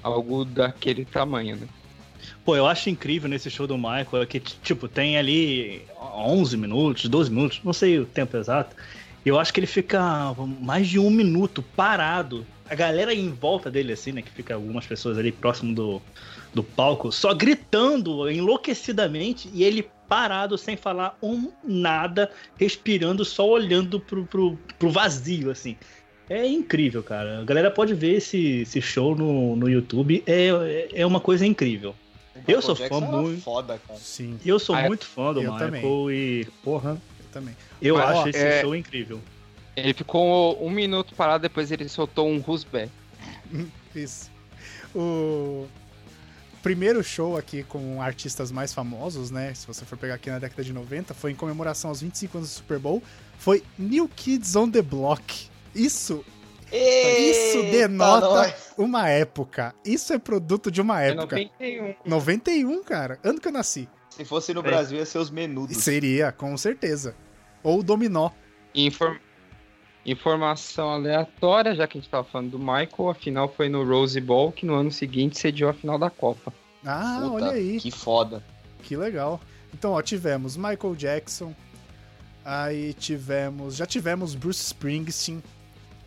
Speaker 3: algo daquele tamanho, né?
Speaker 4: Pô, eu acho incrível nesse show do Michael é que, t- tipo, tem ali 11 minutos, 12 minutos, não sei o tempo exato. E eu acho que ele fica mais de um minuto parado. A galera em volta dele, assim, né, que fica algumas pessoas ali próximo do, do palco, só gritando enlouquecidamente e ele parado, sem falar um nada, respirando, só olhando pro, pro, pro vazio, assim. É incrível, cara. A galera pode ver esse, esse show no, no YouTube. É, é- é uma coisa incrível. Eu
Speaker 2: Michael
Speaker 4: sou
Speaker 2: Jackson
Speaker 4: fã
Speaker 2: era
Speaker 4: muito.
Speaker 2: Foda, cara.
Speaker 1: Sim,
Speaker 4: E eu sou
Speaker 3: Ah, é.
Speaker 4: muito fã do
Speaker 1: Eu
Speaker 4: Michael
Speaker 1: também.
Speaker 4: e, porra,
Speaker 1: eu também.
Speaker 4: eu
Speaker 3: Mas,
Speaker 4: acho
Speaker 3: ó,
Speaker 4: esse
Speaker 3: é-
Speaker 4: show incrível.
Speaker 3: Ele ficou um minuto parado, depois ele soltou um Rusbeck.
Speaker 1: Isso. O primeiro show aqui com artistas mais famosos, né? Se você for pegar aqui na década de 90, foi em comemoração aos 25 anos do Super Bowl. Foi New Kids on the Block. Isso, isso
Speaker 2: Eita,
Speaker 1: denota
Speaker 2: nós.
Speaker 1: uma época. Isso é produto de uma
Speaker 3: É
Speaker 1: época.
Speaker 3: 91.
Speaker 1: 91, cara. Ano que eu nasci.
Speaker 2: Se fosse no Brasil, ia ser os menudos.
Speaker 1: Seria, com certeza. Ou o Dominó.
Speaker 3: Inform- Informação aleatória, já que a gente tava falando do Michael, a final foi no Rose Bowl, que no ano seguinte sediou a final da Copa.
Speaker 1: Ah,
Speaker 2: Puta,
Speaker 1: olha aí.
Speaker 2: Que foda.
Speaker 1: Que legal. Então, ó, tivemos Michael Jackson. Aí tivemos. Já tivemos Bruce Springsteen.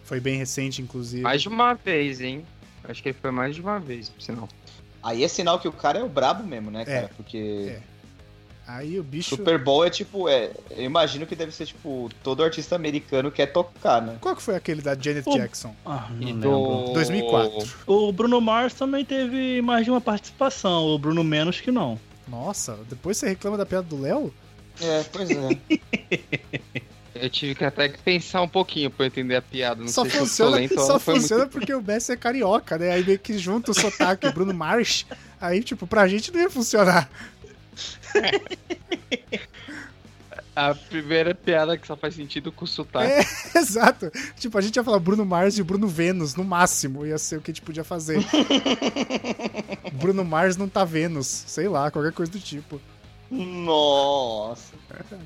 Speaker 1: Foi bem recente, inclusive.
Speaker 3: Mais de uma vez, hein? Acho que ele foi mais de uma vez, por sinal.
Speaker 2: Aí é sinal que o cara é o brabo mesmo, né, cara?
Speaker 1: É.
Speaker 2: Porque
Speaker 1: Aí o bicho.
Speaker 2: Super Bowl é tipo, é, eu imagino que deve ser tipo todo artista americano quer tocar, né?
Speaker 1: Qual que foi aquele da Janet
Speaker 4: O-
Speaker 1: Jackson?
Speaker 4: Ah, não
Speaker 3: E
Speaker 4: lembro.
Speaker 3: do...
Speaker 1: 2004.
Speaker 4: O Bruno Mars também teve mais de uma participação, o Bruno menos que não.
Speaker 1: Nossa, depois você reclama da piada do Léo?
Speaker 2: É, pois é.
Speaker 3: Eu tive que até que pensar um pouquinho pra eu entender a piada. Não
Speaker 1: Só
Speaker 3: sei se eu sou
Speaker 1: funciona,
Speaker 3: lento,
Speaker 1: só
Speaker 3: ela foi muito-
Speaker 1: funciona porque o Messi é carioca, né? Aí meio que junta o sotaque, o Bruno Mars. Aí, tipo, pra gente não ia funcionar.
Speaker 3: A primeira piada que só faz sentido com o sotaque.
Speaker 1: É. *laughs* Exato. Tipo, a gente ia falar Bruno Mars e Bruno Vênus, no máximo. Ia ser o que a gente podia fazer. Bruno Mars não tá Vênus. Sei lá, qualquer coisa do tipo.
Speaker 2: *laughs* Nossa.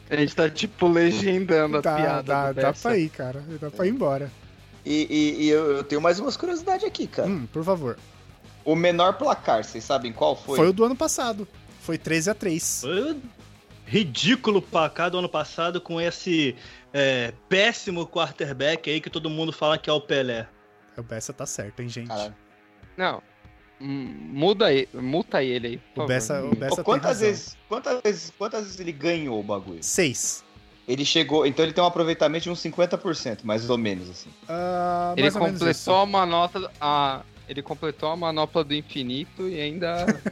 Speaker 3: A gente tá, tipo, legendando a
Speaker 1: Dá,
Speaker 3: piada.
Speaker 1: dá,
Speaker 3: do
Speaker 1: dá
Speaker 3: Bessa.
Speaker 1: pra ir, tá, cara. Dá pra ir embora.
Speaker 2: E, e- e eu, eu tenho mais umas curiosidades aqui, cara.
Speaker 1: Hum, por favor.
Speaker 2: O menor placar, vocês sabem qual
Speaker 1: Foi.
Speaker 2: foi?
Speaker 1: o do ano passado. Foi 13 a 3
Speaker 4: Foi o ridículo placar do ano passado com esse é, péssimo quarterback aí que todo mundo fala que é o Pelé.
Speaker 1: O Bessa tá certo, hein, gente?
Speaker 2: Caralho.
Speaker 3: Não. Hum, Muda ele, muta ele aí. por
Speaker 1: o
Speaker 3: favor.
Speaker 1: Bessa, o Bessa
Speaker 2: Pô, quantas
Speaker 1: tem razão.
Speaker 2: vezes, quantas vezes, quantas vezes ele ganhou o bagulho?
Speaker 1: Seis.
Speaker 2: Ele chegou, então ele tem um aproveitamento de uns 50%, mais ou menos, assim.
Speaker 1: Ah,
Speaker 3: Ele
Speaker 1: mais ou menos isso.
Speaker 3: completou a manopla. A... Ele completou a manopla do infinito e
Speaker 1: *laughs*
Speaker 3: ainda tá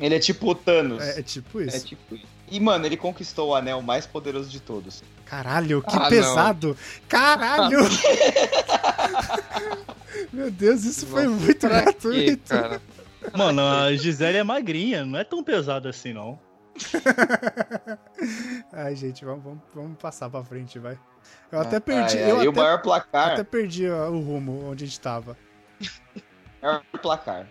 Speaker 2: Ele é tipo o Thanos.
Speaker 1: É, é tipo isso.
Speaker 3: é tipo isso.
Speaker 2: E, mano, ele conquistou o anel mais poderoso de todos.
Speaker 1: Caralho, que
Speaker 3: Ah, não.
Speaker 1: pesado!
Speaker 3: *laughs*
Speaker 1: Caralho! Meu Deus, isso foi
Speaker 3: Nossa,
Speaker 1: muito
Speaker 3: pra quê,
Speaker 1: gratuito.
Speaker 3: cara?
Speaker 4: Mano, a Gisele é magrinha, não é tão pesado assim, não.
Speaker 1: Ai, gente, vamos, vamos, vamos passar pra frente, vai. Eu até
Speaker 2: Ah,
Speaker 1: perdi,
Speaker 2: é,
Speaker 1: eu até,
Speaker 2: e o maior placar
Speaker 1: até perdi ó, o rumo onde a gente tava.
Speaker 2: o maior placar.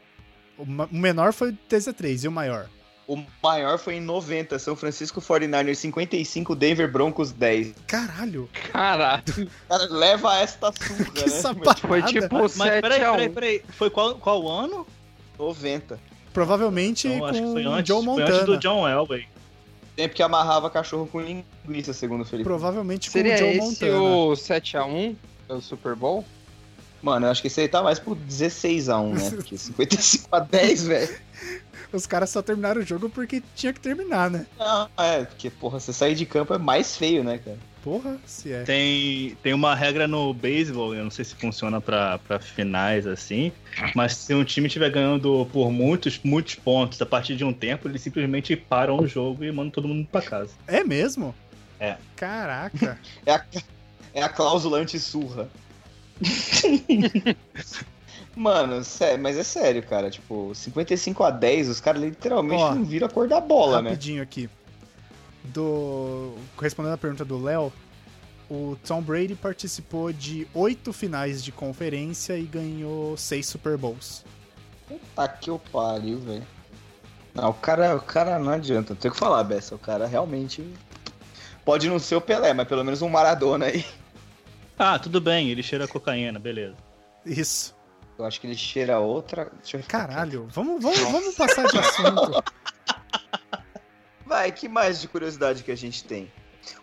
Speaker 1: O, ma- o menor foi 3 a 3 e o maior.
Speaker 2: O maior foi em 90, São Francisco 49ers 55, Denver Broncos 10.
Speaker 1: Caralho,
Speaker 3: Caralho,
Speaker 2: Cara, leva
Speaker 1: *laughs*
Speaker 2: esta surra,
Speaker 1: que
Speaker 2: né?
Speaker 1: sapatada!
Speaker 3: foi tipo
Speaker 4: Mas
Speaker 3: 7
Speaker 4: peraí,
Speaker 3: a 1.
Speaker 4: peraí, peraí. Foi qual, qual ano?
Speaker 2: 90.
Speaker 1: Provavelmente
Speaker 4: Então, acho que
Speaker 1: com
Speaker 4: foi
Speaker 1: o
Speaker 4: antes,
Speaker 1: Joe Tipo
Speaker 4: foi antes
Speaker 1: um Montana.
Speaker 4: do John Elway.
Speaker 2: Tempo que amarrava cachorro com linguiça, segundo o Felipe.
Speaker 1: Provavelmente com
Speaker 3: Seria
Speaker 1: o Joe
Speaker 3: esse
Speaker 1: Montana.
Speaker 3: o 7x1 do Super Bowl?
Speaker 2: Mano, eu acho que esse aí tá mais pro 16x1,
Speaker 1: *laughs*
Speaker 2: né? Porque 55 a 10, velho.
Speaker 1: Os caras só terminaram o jogo porque tinha que terminar, né?
Speaker 2: Não, é, porque, porra, você sair de campo é mais feio, né, cara?
Speaker 1: Porra, se é.
Speaker 4: Tem, tem uma regra no beisebol, eu não sei se funciona pra, pra finais assim, mas se um time estiver ganhando por muitos, muitos pontos a partir de um tempo, eles simplesmente param o jogo e mandam todo mundo pra casa.
Speaker 1: É mesmo?
Speaker 4: É.
Speaker 1: Caraca.
Speaker 2: É a, é a cláusula anti-surra. *laughs* Mano, sério, mas é sério, cara. Tipo, 55 a 10, os caras literalmente
Speaker 1: Ó,
Speaker 2: não viram a cor da bola, né?
Speaker 1: Rapidinho aqui. Do. Respondendo a pergunta do Léo, o Tom Brady participou de oito finais de conferência e ganhou seis Super Bowls.
Speaker 2: Tá que eu pariu, velho. Não, o cara, o cara não adianta, não tem o que falar, Bessa. O cara realmente. Pode não ser o Pelé, mas pelo menos um Maradona aí.
Speaker 4: Ah, tudo bem, ele cheira cocaína, beleza.
Speaker 1: Isso.
Speaker 2: Eu acho que ele cheira outra. Deixa eu ver.
Speaker 1: Caralho, vamos, vamos, vamos passar de assunto.
Speaker 2: Vai, que mais de curiosidade que a gente tem?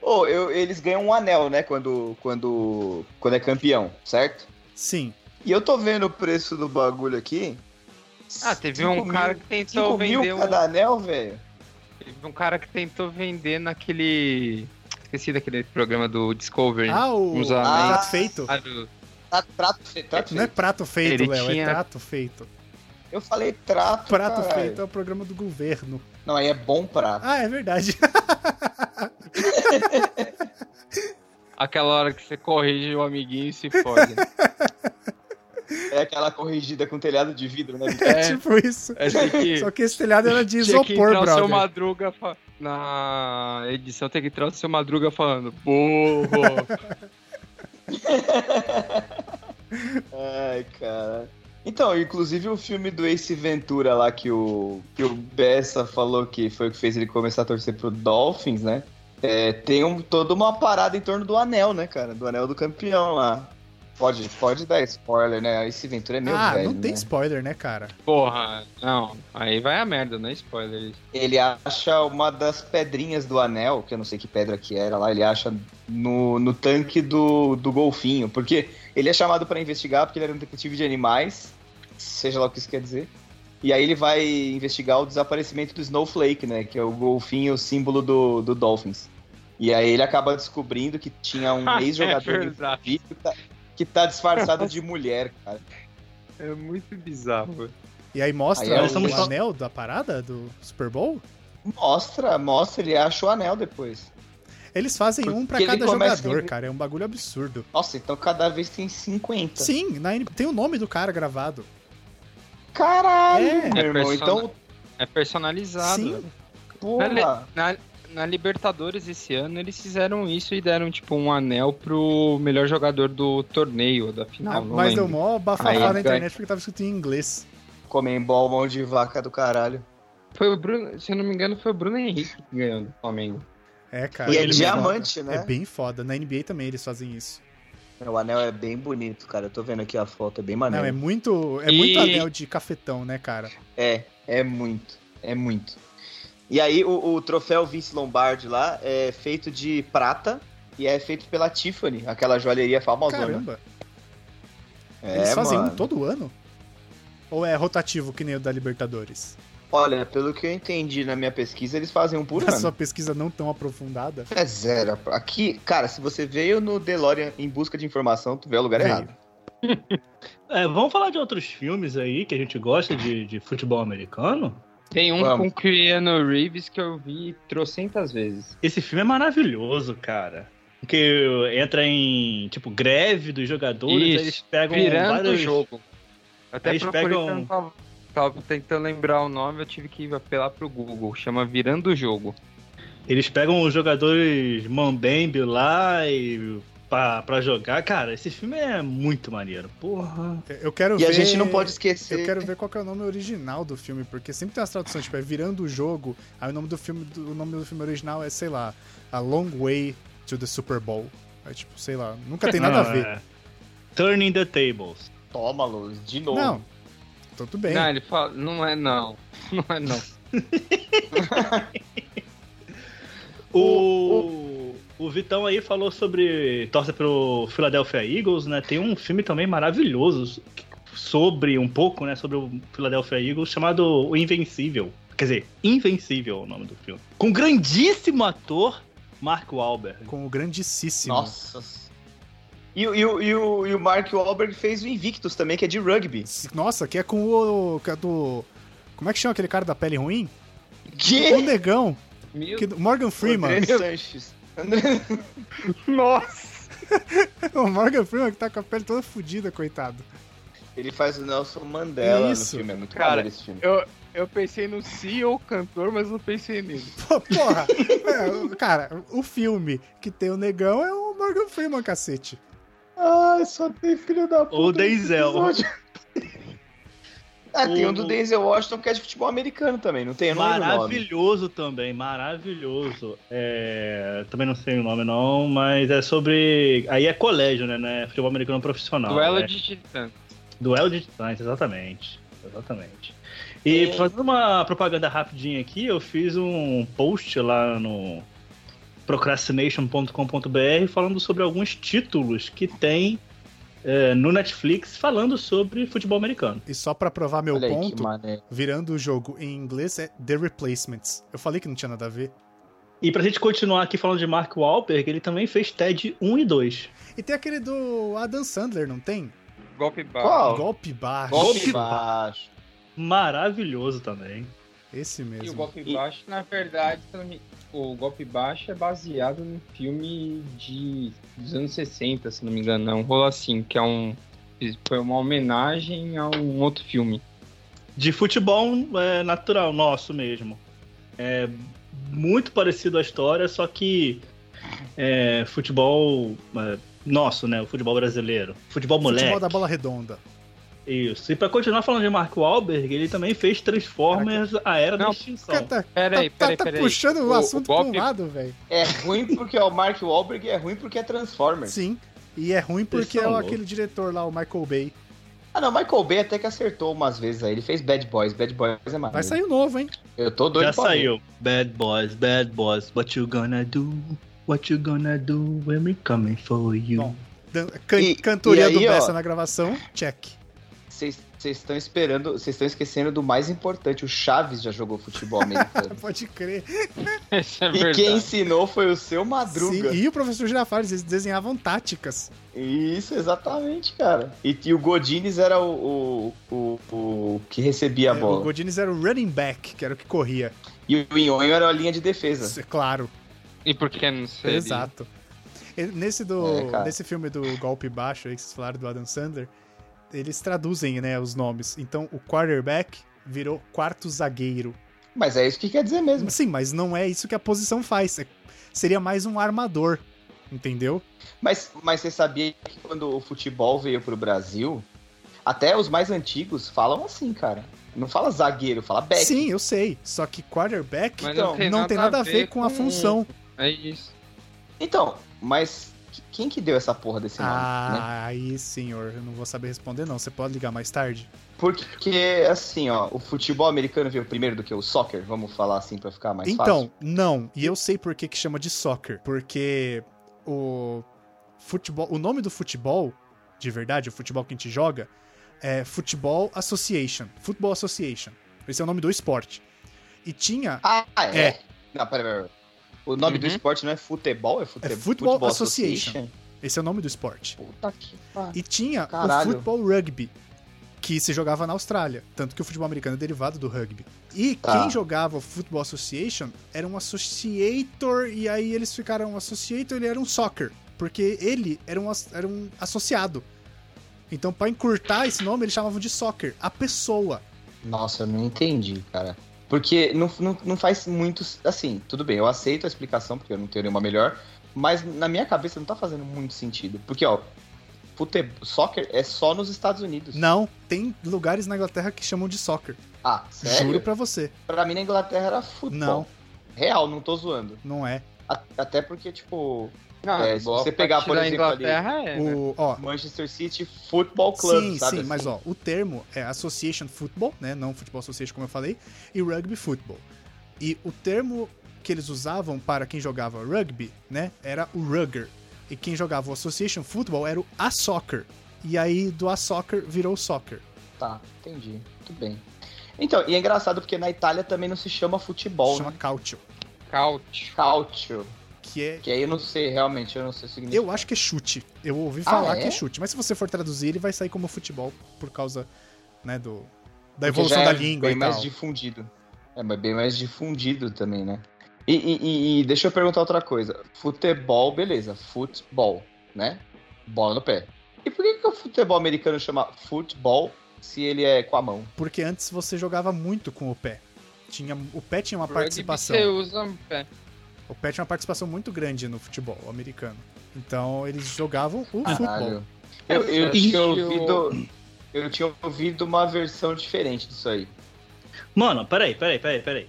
Speaker 2: Ô, eu- eles ganham um anel, né? Quando, quando, quando é campeão, certo?
Speaker 1: Sim.
Speaker 2: E eu tô vendo o preço do bagulho aqui.
Speaker 3: Ah, teve
Speaker 2: Cinco
Speaker 3: um
Speaker 2: mil-
Speaker 3: cara que tentou
Speaker 2: 5
Speaker 3: vender
Speaker 2: mil
Speaker 3: um,
Speaker 2: cada anel, velho.
Speaker 3: teve um cara que tentou vender naquele esqueci daquele programa do Discovery.
Speaker 1: Ah, o.
Speaker 3: Uns
Speaker 1: o
Speaker 3: anéis.
Speaker 1: Prato feito?
Speaker 3: Ah, do-
Speaker 2: Tá, trato feito. Trato
Speaker 1: Não é
Speaker 2: feito.
Speaker 1: prato feito,
Speaker 3: Ele
Speaker 1: Léo, é
Speaker 3: tinha-
Speaker 1: trato feito.
Speaker 2: Eu falei trato.
Speaker 1: Prato
Speaker 2: caralho.
Speaker 1: feito é o programa do governo.
Speaker 2: Não, aí é bom prato.
Speaker 1: Ah, é verdade. *laughs*
Speaker 3: Aquela hora que você corrige o amiguinho e se fode.
Speaker 1: *laughs*
Speaker 2: É aquela corrigida com telhado de vidro, *laughs* né?
Speaker 1: É,
Speaker 3: É.
Speaker 1: tipo isso.
Speaker 3: É assim que
Speaker 1: Só que esse telhado era de
Speaker 3: tinha que
Speaker 1: isopor,
Speaker 3: entrar o
Speaker 1: brother.
Speaker 3: seu Madruga fa- na edição tem que entrar o seu Madruga falando burro.
Speaker 2: Ai, cara. Então, inclusive o filme do Ace Ventura lá que o, que o Bessa falou que foi o que fez ele começar a torcer pro Dolphins, né? É, tem um- toda uma parada em torno do anel, né, cara? Do anel do campeão lá. Pode, pode dar spoiler, né? Ace Ventura é meu
Speaker 1: ah,
Speaker 2: velho,
Speaker 1: não tem
Speaker 2: né?
Speaker 1: spoiler, né, cara?
Speaker 3: Porra, não. Aí vai a merda, não é spoiler. isso.
Speaker 2: Ele acha uma das pedrinhas do anel, que eu não sei que pedra que era lá, ele acha no, no tanque do, do golfinho, porque ele é chamado pra investigar porque ele era um detetive de animais, seja lá o que isso quer dizer. E aí ele vai investigar o desaparecimento do Snowflake, né, que é o golfinho, o símbolo do, do Dolphins. E aí ele acaba descobrindo que tinha
Speaker 3: *laughs*
Speaker 2: um
Speaker 3: é
Speaker 2: ex-jogador
Speaker 3: verdade.
Speaker 2: envolvido que tá- que tá disfarçado de mulher, cara.
Speaker 3: É muito bizarro.
Speaker 1: E aí mostra
Speaker 2: Aí
Speaker 4: nós
Speaker 1: o
Speaker 4: estamos só-
Speaker 1: anel da parada do Super Bowl?
Speaker 2: Mostra, mostra, ele acha o anel depois.
Speaker 1: Eles fazem um pra
Speaker 2: Porque ele
Speaker 1: cada
Speaker 2: começa
Speaker 1: jogador,
Speaker 2: com-
Speaker 1: cara. É um bagulho absurdo.
Speaker 2: Nossa, então cada vez tem 50.
Speaker 1: Sim, na N- tem o nome do cara gravado.
Speaker 2: Caralho,
Speaker 1: É.
Speaker 2: meu
Speaker 3: É
Speaker 2: irmão.
Speaker 3: persona-
Speaker 2: Então,
Speaker 3: É personalizado.
Speaker 1: Sim.
Speaker 2: porra.
Speaker 3: Na, na Libertadores esse ano, eles fizeram isso e deram, tipo, um anel pro melhor jogador do torneio, da final. não
Speaker 1: Ah, mas deu
Speaker 3: lembro.
Speaker 1: mó
Speaker 3: Aí,
Speaker 1: bafafá na
Speaker 2: ganha.
Speaker 1: internet porque tava escrito em inglês.
Speaker 2: Comembol, mão de vaca do caralho.
Speaker 3: Foi o Bruno, se eu não me engano, foi o Bruno Henrique que ganhou do Flamengo.
Speaker 1: É, cara.
Speaker 2: e é
Speaker 1: ele-
Speaker 2: diamante,
Speaker 1: É
Speaker 2: né?
Speaker 1: bem foda. Na NBA também eles fazem isso.
Speaker 2: O anel é bem bonito, cara. Eu tô vendo aqui a foto, é bem
Speaker 1: Não, é
Speaker 2: maneiro.
Speaker 1: muito, é
Speaker 3: E-
Speaker 1: muito anel de cafetão, né, cara?
Speaker 2: é... muito. É muito. E aí, o, o troféu Vince Lombardi lá é feito de prata e é feito pela Tiffany, aquela joalheria famosona.
Speaker 1: Caramba.
Speaker 2: É,
Speaker 1: eles fazem
Speaker 2: mano.
Speaker 1: é um todo ano? Ou é rotativo que nem o da Libertadores?
Speaker 2: Olha, pelo que eu entendi na minha pesquisa, eles fazem um por
Speaker 1: Na
Speaker 2: ano.
Speaker 1: sua pesquisa não tão aprofundada.
Speaker 2: É zero. Aqui, cara, se você veio no DeLorean em busca de informação, tu veio ao lugar
Speaker 1: Veio.
Speaker 2: errado.
Speaker 4: É, vamos falar de outros filmes aí que a gente gosta de, de futebol americano?
Speaker 3: Tem um
Speaker 2: Vamos.
Speaker 3: com Keanu Reeves que eu vi trocentas vezes.
Speaker 4: Esse filme é maravilhoso, cara. Porque entra em, tipo, greve dos jogadores,
Speaker 3: Isso,
Speaker 4: aí eles pegam
Speaker 3: Virando o
Speaker 4: vários...
Speaker 3: jogo. Eu Até
Speaker 4: Eles
Speaker 3: procurei,
Speaker 4: pegam-
Speaker 3: porque eu não tava, tava tentando lembrar o nome, eu tive que apelar pro Google. Chama Virando o Jogo.
Speaker 4: Eles pegam os jogadores Mambembe lá e pra, pra jogar. Cara, esse filme é muito maneiro. Porra.
Speaker 1: Eu quero
Speaker 2: E
Speaker 1: ver.
Speaker 2: a gente não pode
Speaker 1: Eu
Speaker 2: esquecer.
Speaker 1: quero ver qual que é o nome original do filme, porque sempre tem as traduções, tipo, é virando o jogo, aí o nome do filme, do- o nome do filme original é, sei lá, A Long Way to the Super Bowl. É tipo, sei lá, nunca tem nada a
Speaker 4: Não,
Speaker 1: ver.
Speaker 4: é. Turning the Tables.
Speaker 2: Toma, Luz, de novo.
Speaker 1: Não, Então, tudo bem.
Speaker 3: Não, ele fala. Não é não. *laughs* Não é não.
Speaker 4: O, o Vitão aí falou sobre. Torce pro Philadelphia Eagles, né? Tem um filme também maravilhoso sobre, um pouco, né? Sobre o Philadelphia Eagles, chamado O Invencível. Quer dizer, Invencível é o nome do filme. Com o grandíssimo ator Mark Wahlberg.
Speaker 1: Com o grandíssimo.
Speaker 2: Nossa. E, o- e o- e o, e o Mark Wahlberg fez o Invictus também, que é de rugby.
Speaker 1: S- Nossa, que é com o. que é do. Como é que chama aquele cara da pele ruim? O
Speaker 2: Que?
Speaker 1: negão.
Speaker 3: Meu
Speaker 1: Que, Morgan Freeman.
Speaker 2: André Sanches. André-
Speaker 3: Nossa!
Speaker 1: *laughs* o Morgan Freeman que tá com a pele toda fodida, coitado.
Speaker 2: Ele faz o Nelson Mandela
Speaker 1: Isso.
Speaker 2: no filme, é muito
Speaker 5: Cara,
Speaker 2: maneiro esse filme.
Speaker 5: Eu pensei no CEO cantor, mas não pensei nele.
Speaker 1: Pô, porra! É, o- cara, o filme que tem o negão é o Morgan Freeman, cacete.
Speaker 2: Ai, só tem filho da puta.
Speaker 4: Ou Denzel.
Speaker 2: Ah, tem um do
Speaker 4: O-
Speaker 2: Denzel Washington que é de futebol americano também, não tem? Eu não lembro o nome.
Speaker 4: Maravilhoso também, maravilhoso. É, também não sei o nome não, mas é sobre... Aí é colégio, né? Não é futebol americano profissional.
Speaker 3: Duelo
Speaker 4: né?
Speaker 3: de titã.
Speaker 4: Duelo de titãs, exatamente. Exatamente. E
Speaker 2: É.
Speaker 4: fazendo uma propaganda rapidinha aqui, eu fiz um post lá no procrastination.com.br falando sobre alguns títulos que tem é, no Netflix falando sobre futebol americano.
Speaker 1: E só pra provar meu
Speaker 2: Olha aí, que
Speaker 1: ponto,
Speaker 2: maneiro.
Speaker 1: virando o jogo em inglês é The Replacements. Eu falei que não tinha nada a ver.
Speaker 4: E pra gente continuar aqui falando de Mark Wahlberg, ele também fez TED 1 e 2.
Speaker 1: E tem aquele do Adam Sandler, não tem?
Speaker 3: Golpe baixo.
Speaker 2: Qual?
Speaker 1: Golpe baixo.
Speaker 2: Golpe baixo.
Speaker 4: Maravilhoso também.
Speaker 1: Esse
Speaker 3: E o
Speaker 1: mesmo.
Speaker 3: golpe baixo, na verdade, se eu não me- o golpe baixo é baseado num filme de dos anos 60, se não me engano. É um rolo assim, que é um. Foi uma homenagem a um outro filme.
Speaker 4: De futebol é, natural, nosso mesmo. É muito parecido a história, só que é, futebol é, nosso, né? O futebol brasileiro. Futebol moleque.
Speaker 1: Futebol da bola redonda.
Speaker 4: Isso. E pra continuar falando de Mark Wahlberg, ele também fez Transformers A Era da
Speaker 3: Não,
Speaker 1: O cara
Speaker 4: Extinção.
Speaker 1: tá,
Speaker 3: Peraí,
Speaker 1: tá-
Speaker 3: peraí,
Speaker 1: tá
Speaker 3: peraí.
Speaker 5: *laughs*
Speaker 1: puxando o,
Speaker 3: O- o
Speaker 1: assunto pra um
Speaker 3: golpe-
Speaker 1: lado, velho.
Speaker 2: É ruim porque é o Mark Wahlberg e é ruim porque é Transformers.
Speaker 1: Sim. E é ruim porque
Speaker 4: são
Speaker 1: é o-
Speaker 4: loucos.
Speaker 1: aquele diretor lá, o Michael Bay.
Speaker 2: Ah, não, Michael Bay até que acertou umas vezes aí. Ele fez Bad Boys. Bad Boys é maneiro.
Speaker 1: Vai sair o novo, hein?
Speaker 2: Eu tô doido
Speaker 4: Já
Speaker 2: pra ver.
Speaker 4: saiu. Bad boys, bad boys, what you gonna do? What you gonna do when we coming for you?
Speaker 1: Bom, Dan- can-
Speaker 2: E-
Speaker 1: cantoria
Speaker 2: e aí,
Speaker 1: do Bessa
Speaker 2: ó.
Speaker 1: na gravação, check. *laughs*
Speaker 2: Vocês vocês estão esperando, vocês estão esquecendo do mais importante. O Chaves já jogou futebol americano.
Speaker 1: Pode crer.
Speaker 3: Isso *laughs* é
Speaker 2: e quem
Speaker 3: verdade.
Speaker 2: ensinou foi o seu Madruga.
Speaker 1: Sim, e o professor Girafales, eles desenhavam táticas.
Speaker 2: Isso, exatamente, cara. E, e o Godines era o, o, o, o que recebia a
Speaker 1: É, o
Speaker 2: bola.
Speaker 1: Godinez era o running back, que era o que corria.
Speaker 2: E o Inhonho era a linha de defesa.
Speaker 1: Isso é Claro.
Speaker 3: E por que não sei?
Speaker 1: Exato. E Nesse, do,
Speaker 2: É, cara.
Speaker 1: nesse filme do Golpe Baixo aí que vocês falaram do Adam Sandler, eles traduzem né, os nomes. Então o quarterback virou quarto zagueiro.
Speaker 2: Mas é isso que quer dizer mesmo.
Speaker 1: Sim, mas não é isso que a posição faz. É- seria mais um armador, entendeu?
Speaker 2: Mas, mas você sabia que quando o futebol veio pro Brasil, até os mais antigos falam assim, cara. Não fala zagueiro, fala back.
Speaker 1: Sim, eu sei. Só que quarterback
Speaker 3: Mas
Speaker 2: Então,
Speaker 3: não, tem,
Speaker 1: não tem nada a ver com a função.
Speaker 3: É isso.
Speaker 2: Então, mas qu- quem que deu essa porra desse nome? né?
Speaker 1: Ah, aí, senhor, eu não vou saber responder, não. Você pode ligar mais tarde?
Speaker 2: Porque, assim, ó, o futebol americano veio primeiro do que o soccer, vamos falar assim pra ficar mais
Speaker 1: então,
Speaker 2: fácil.
Speaker 1: não. E eu sei por que, que chama de soccer. Porque o futebol, o nome do futebol, de verdade, o futebol que a gente joga, é Futebol Association. Football Association. Esse é o nome do esporte. E tinha
Speaker 2: Ah, é?
Speaker 1: É.
Speaker 2: Não, pera, pera, pera. O nome do
Speaker 3: Uhum.
Speaker 2: esporte não é futebol, é fute-
Speaker 1: É
Speaker 2: futebol,
Speaker 1: Football Association. Esse é o nome do esporte.
Speaker 2: Puta que pariu.
Speaker 1: E tinha
Speaker 2: Caralho.
Speaker 1: o futebol rugby, que se jogava na Austrália. Tanto que o futebol americano é derivado do rugby. E
Speaker 2: Tá.
Speaker 1: quem jogava o Football Association era um associator, e aí eles ficaram associator, ele era um soccer. Porque ele era um, as- era um associado. Então, pra encurtar esse nome, eles chamavam de soccer. A pessoa.
Speaker 2: Nossa, eu não entendi, cara. Porque não, não, não faz muito. Assim, tudo bem, eu aceito a explicação, porque eu não tenho nenhuma melhor. Mas na minha cabeça não tá fazendo muito sentido. Porque, ó, fute- soccer é só nos Estados Unidos.
Speaker 1: Não, tem lugares na Inglaterra que chamam de soccer.
Speaker 2: Ah, sério?
Speaker 1: Juro pra você.
Speaker 2: Pra mim na Inglaterra era futebol.
Speaker 1: Não,
Speaker 2: Real, não tô zoando.
Speaker 1: não é.
Speaker 2: A- até porque, tipo,
Speaker 3: Não,
Speaker 2: é, se você pegar, por
Speaker 3: da
Speaker 2: exemplo, ali,
Speaker 3: Inglaterra é. né?
Speaker 1: O, ó,
Speaker 2: Manchester City Football Club,
Speaker 1: sim,
Speaker 2: sabe?
Speaker 1: sim, mas
Speaker 2: assim?
Speaker 1: ó, o termo é Association Football, né? Não Futebol Association, como eu falei, e Rugby Football. E o termo que eles usavam para quem jogava rugby, né, era o rugger. E quem jogava o Association Football era o a soccer. E aí do a soccer virou soccer.
Speaker 2: Tá, entendi. Tudo bem. Então, e é engraçado porque na Itália também não se chama futebol,
Speaker 1: Se chama
Speaker 2: né?
Speaker 1: calcio,
Speaker 3: Cautio.
Speaker 2: Calcio.
Speaker 1: que é
Speaker 2: Que aí eu não sei, realmente, eu não sei o significado.
Speaker 1: eu acho que é chute. Eu ouvi
Speaker 2: Ah,
Speaker 1: falar
Speaker 2: é?
Speaker 1: que é chute, mas se você for traduzir, ele vai sair como futebol por causa, né, do da
Speaker 2: Porque
Speaker 1: evolução
Speaker 2: já
Speaker 1: da
Speaker 2: é
Speaker 1: língua
Speaker 2: bem
Speaker 1: e
Speaker 2: mais
Speaker 1: tal.
Speaker 2: difundido. É, mas bem mais difundido também, né? E, e- e- e deixa eu perguntar outra coisa. Futebol, beleza. Futebol, né? Bola no pé. E por que, que o futebol americano chama futebol se ele é com a mão?
Speaker 1: Porque antes você jogava muito com o pé. Tinha, o pé tinha uma
Speaker 3: Rugby
Speaker 1: participação.
Speaker 3: Você usa um pé.
Speaker 1: O Pet tinha uma participação muito grande no futebol americano. Então eles jogavam o futebol.
Speaker 2: Caralho. Eu, eu tinha
Speaker 3: Nossa, acho que eu-
Speaker 2: ouvido. Eu tinha ouvido uma versão diferente disso aí.
Speaker 4: Mano, peraí, peraí, peraí, peraí.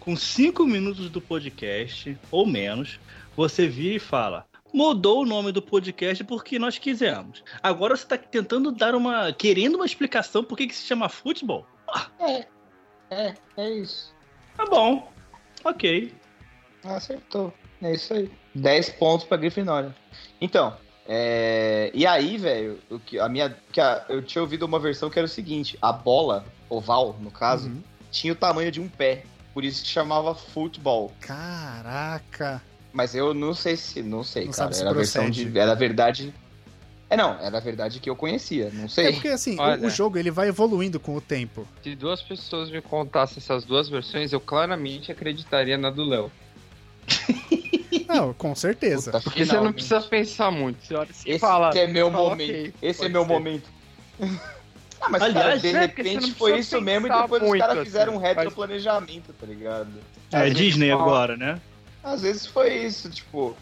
Speaker 4: Com cinco minutos do podcast, ou menos, você vira e fala. Mudou o nome do podcast porque nós quisemos. Agora você tá tentando dar uma. querendo uma explicação por que que se chama futebol?
Speaker 2: É, é isso.
Speaker 4: Tá bom. Ok.
Speaker 2: Acertou. É isso aí. 10 pontos pra Grifinória. Então, é, e aí, velho, o que- a minha. que a- eu tinha ouvido uma versão que era o seguinte: a bola, oval, no caso,
Speaker 1: Uhum.
Speaker 2: tinha o tamanho de um pé. Por isso que chamava futebol.
Speaker 1: Caraca!
Speaker 2: Mas eu não sei se. Não sei,
Speaker 1: Não
Speaker 2: cara.
Speaker 1: sabe se
Speaker 2: era a versão
Speaker 1: procede.
Speaker 2: de. Era a verdade. É não, era a verdade que eu conhecia. Não
Speaker 1: É *laughs*
Speaker 2: sei.
Speaker 1: porque assim, o-
Speaker 3: Olha.
Speaker 1: o jogo ele vai evoluindo com o
Speaker 2: *laughs*
Speaker 1: tempo.
Speaker 3: Se duas pessoas me contassem essas duas versões, eu claramente acreditaria na do Léo.
Speaker 1: Não, com certeza.
Speaker 2: Puta, né?
Speaker 3: Porque você não
Speaker 2: finalmente.
Speaker 3: precisa pensar muito. Você olha assim e
Speaker 2: Esse
Speaker 3: fala.
Speaker 2: é meu
Speaker 3: fala,
Speaker 2: momento.
Speaker 3: ok,
Speaker 2: Esse é
Speaker 3: pode
Speaker 2: meu
Speaker 3: ser.
Speaker 2: momento. *laughs* Ah, mas
Speaker 4: Aliás,
Speaker 2: cara, de
Speaker 3: né, porque você
Speaker 2: repente
Speaker 3: não
Speaker 2: foi
Speaker 3: precisa
Speaker 2: isso mesmo e
Speaker 3: pensar
Speaker 2: depois os
Speaker 3: muito,
Speaker 2: caras
Speaker 3: assim,
Speaker 2: fizeram um
Speaker 3: faz-
Speaker 2: retroplanejamento, tá ligado?
Speaker 4: É
Speaker 3: gente
Speaker 4: Disney
Speaker 3: fala-
Speaker 4: agora, né?
Speaker 2: Às vezes foi isso, tipo,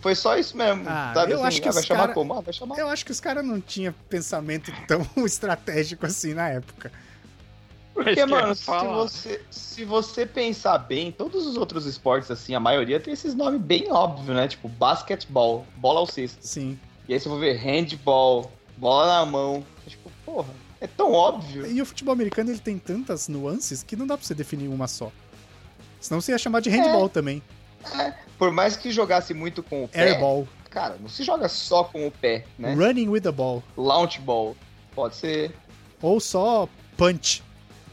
Speaker 2: foi só isso mesmo,
Speaker 1: Ah,
Speaker 2: sabe?
Speaker 1: eu
Speaker 2: assim,
Speaker 1: acho que
Speaker 2: ah, vai
Speaker 1: os
Speaker 2: chamar
Speaker 1: cara-
Speaker 2: como? Ah, vai chamar.
Speaker 1: Eu acho que os caras não tinham pensamento tão *laughs* estratégico assim na época.
Speaker 3: Mas
Speaker 2: Porque,
Speaker 3: quer
Speaker 2: mano, se
Speaker 3: falar.
Speaker 2: você, se você pensar bem, todos os outros esportes, assim, a maioria tem esses nomes bem óbvios, né? Tipo, basquetebol, bola ao cesto.
Speaker 1: Sim.
Speaker 2: E aí você vai ver handball, bola na mão. Tipo, porra, é tão óbvio.
Speaker 1: E o futebol americano ele tem tantas nuances que não dá pra você definir uma só. Senão você ia chamar de
Speaker 2: É.
Speaker 1: handball também.
Speaker 2: Por mais que jogasse muito com o pé,
Speaker 1: Airball.
Speaker 2: cara, não se joga só com o pé, É. né?
Speaker 1: Running with the ball.
Speaker 2: Launch ball. Pode ser
Speaker 1: Ou só punch.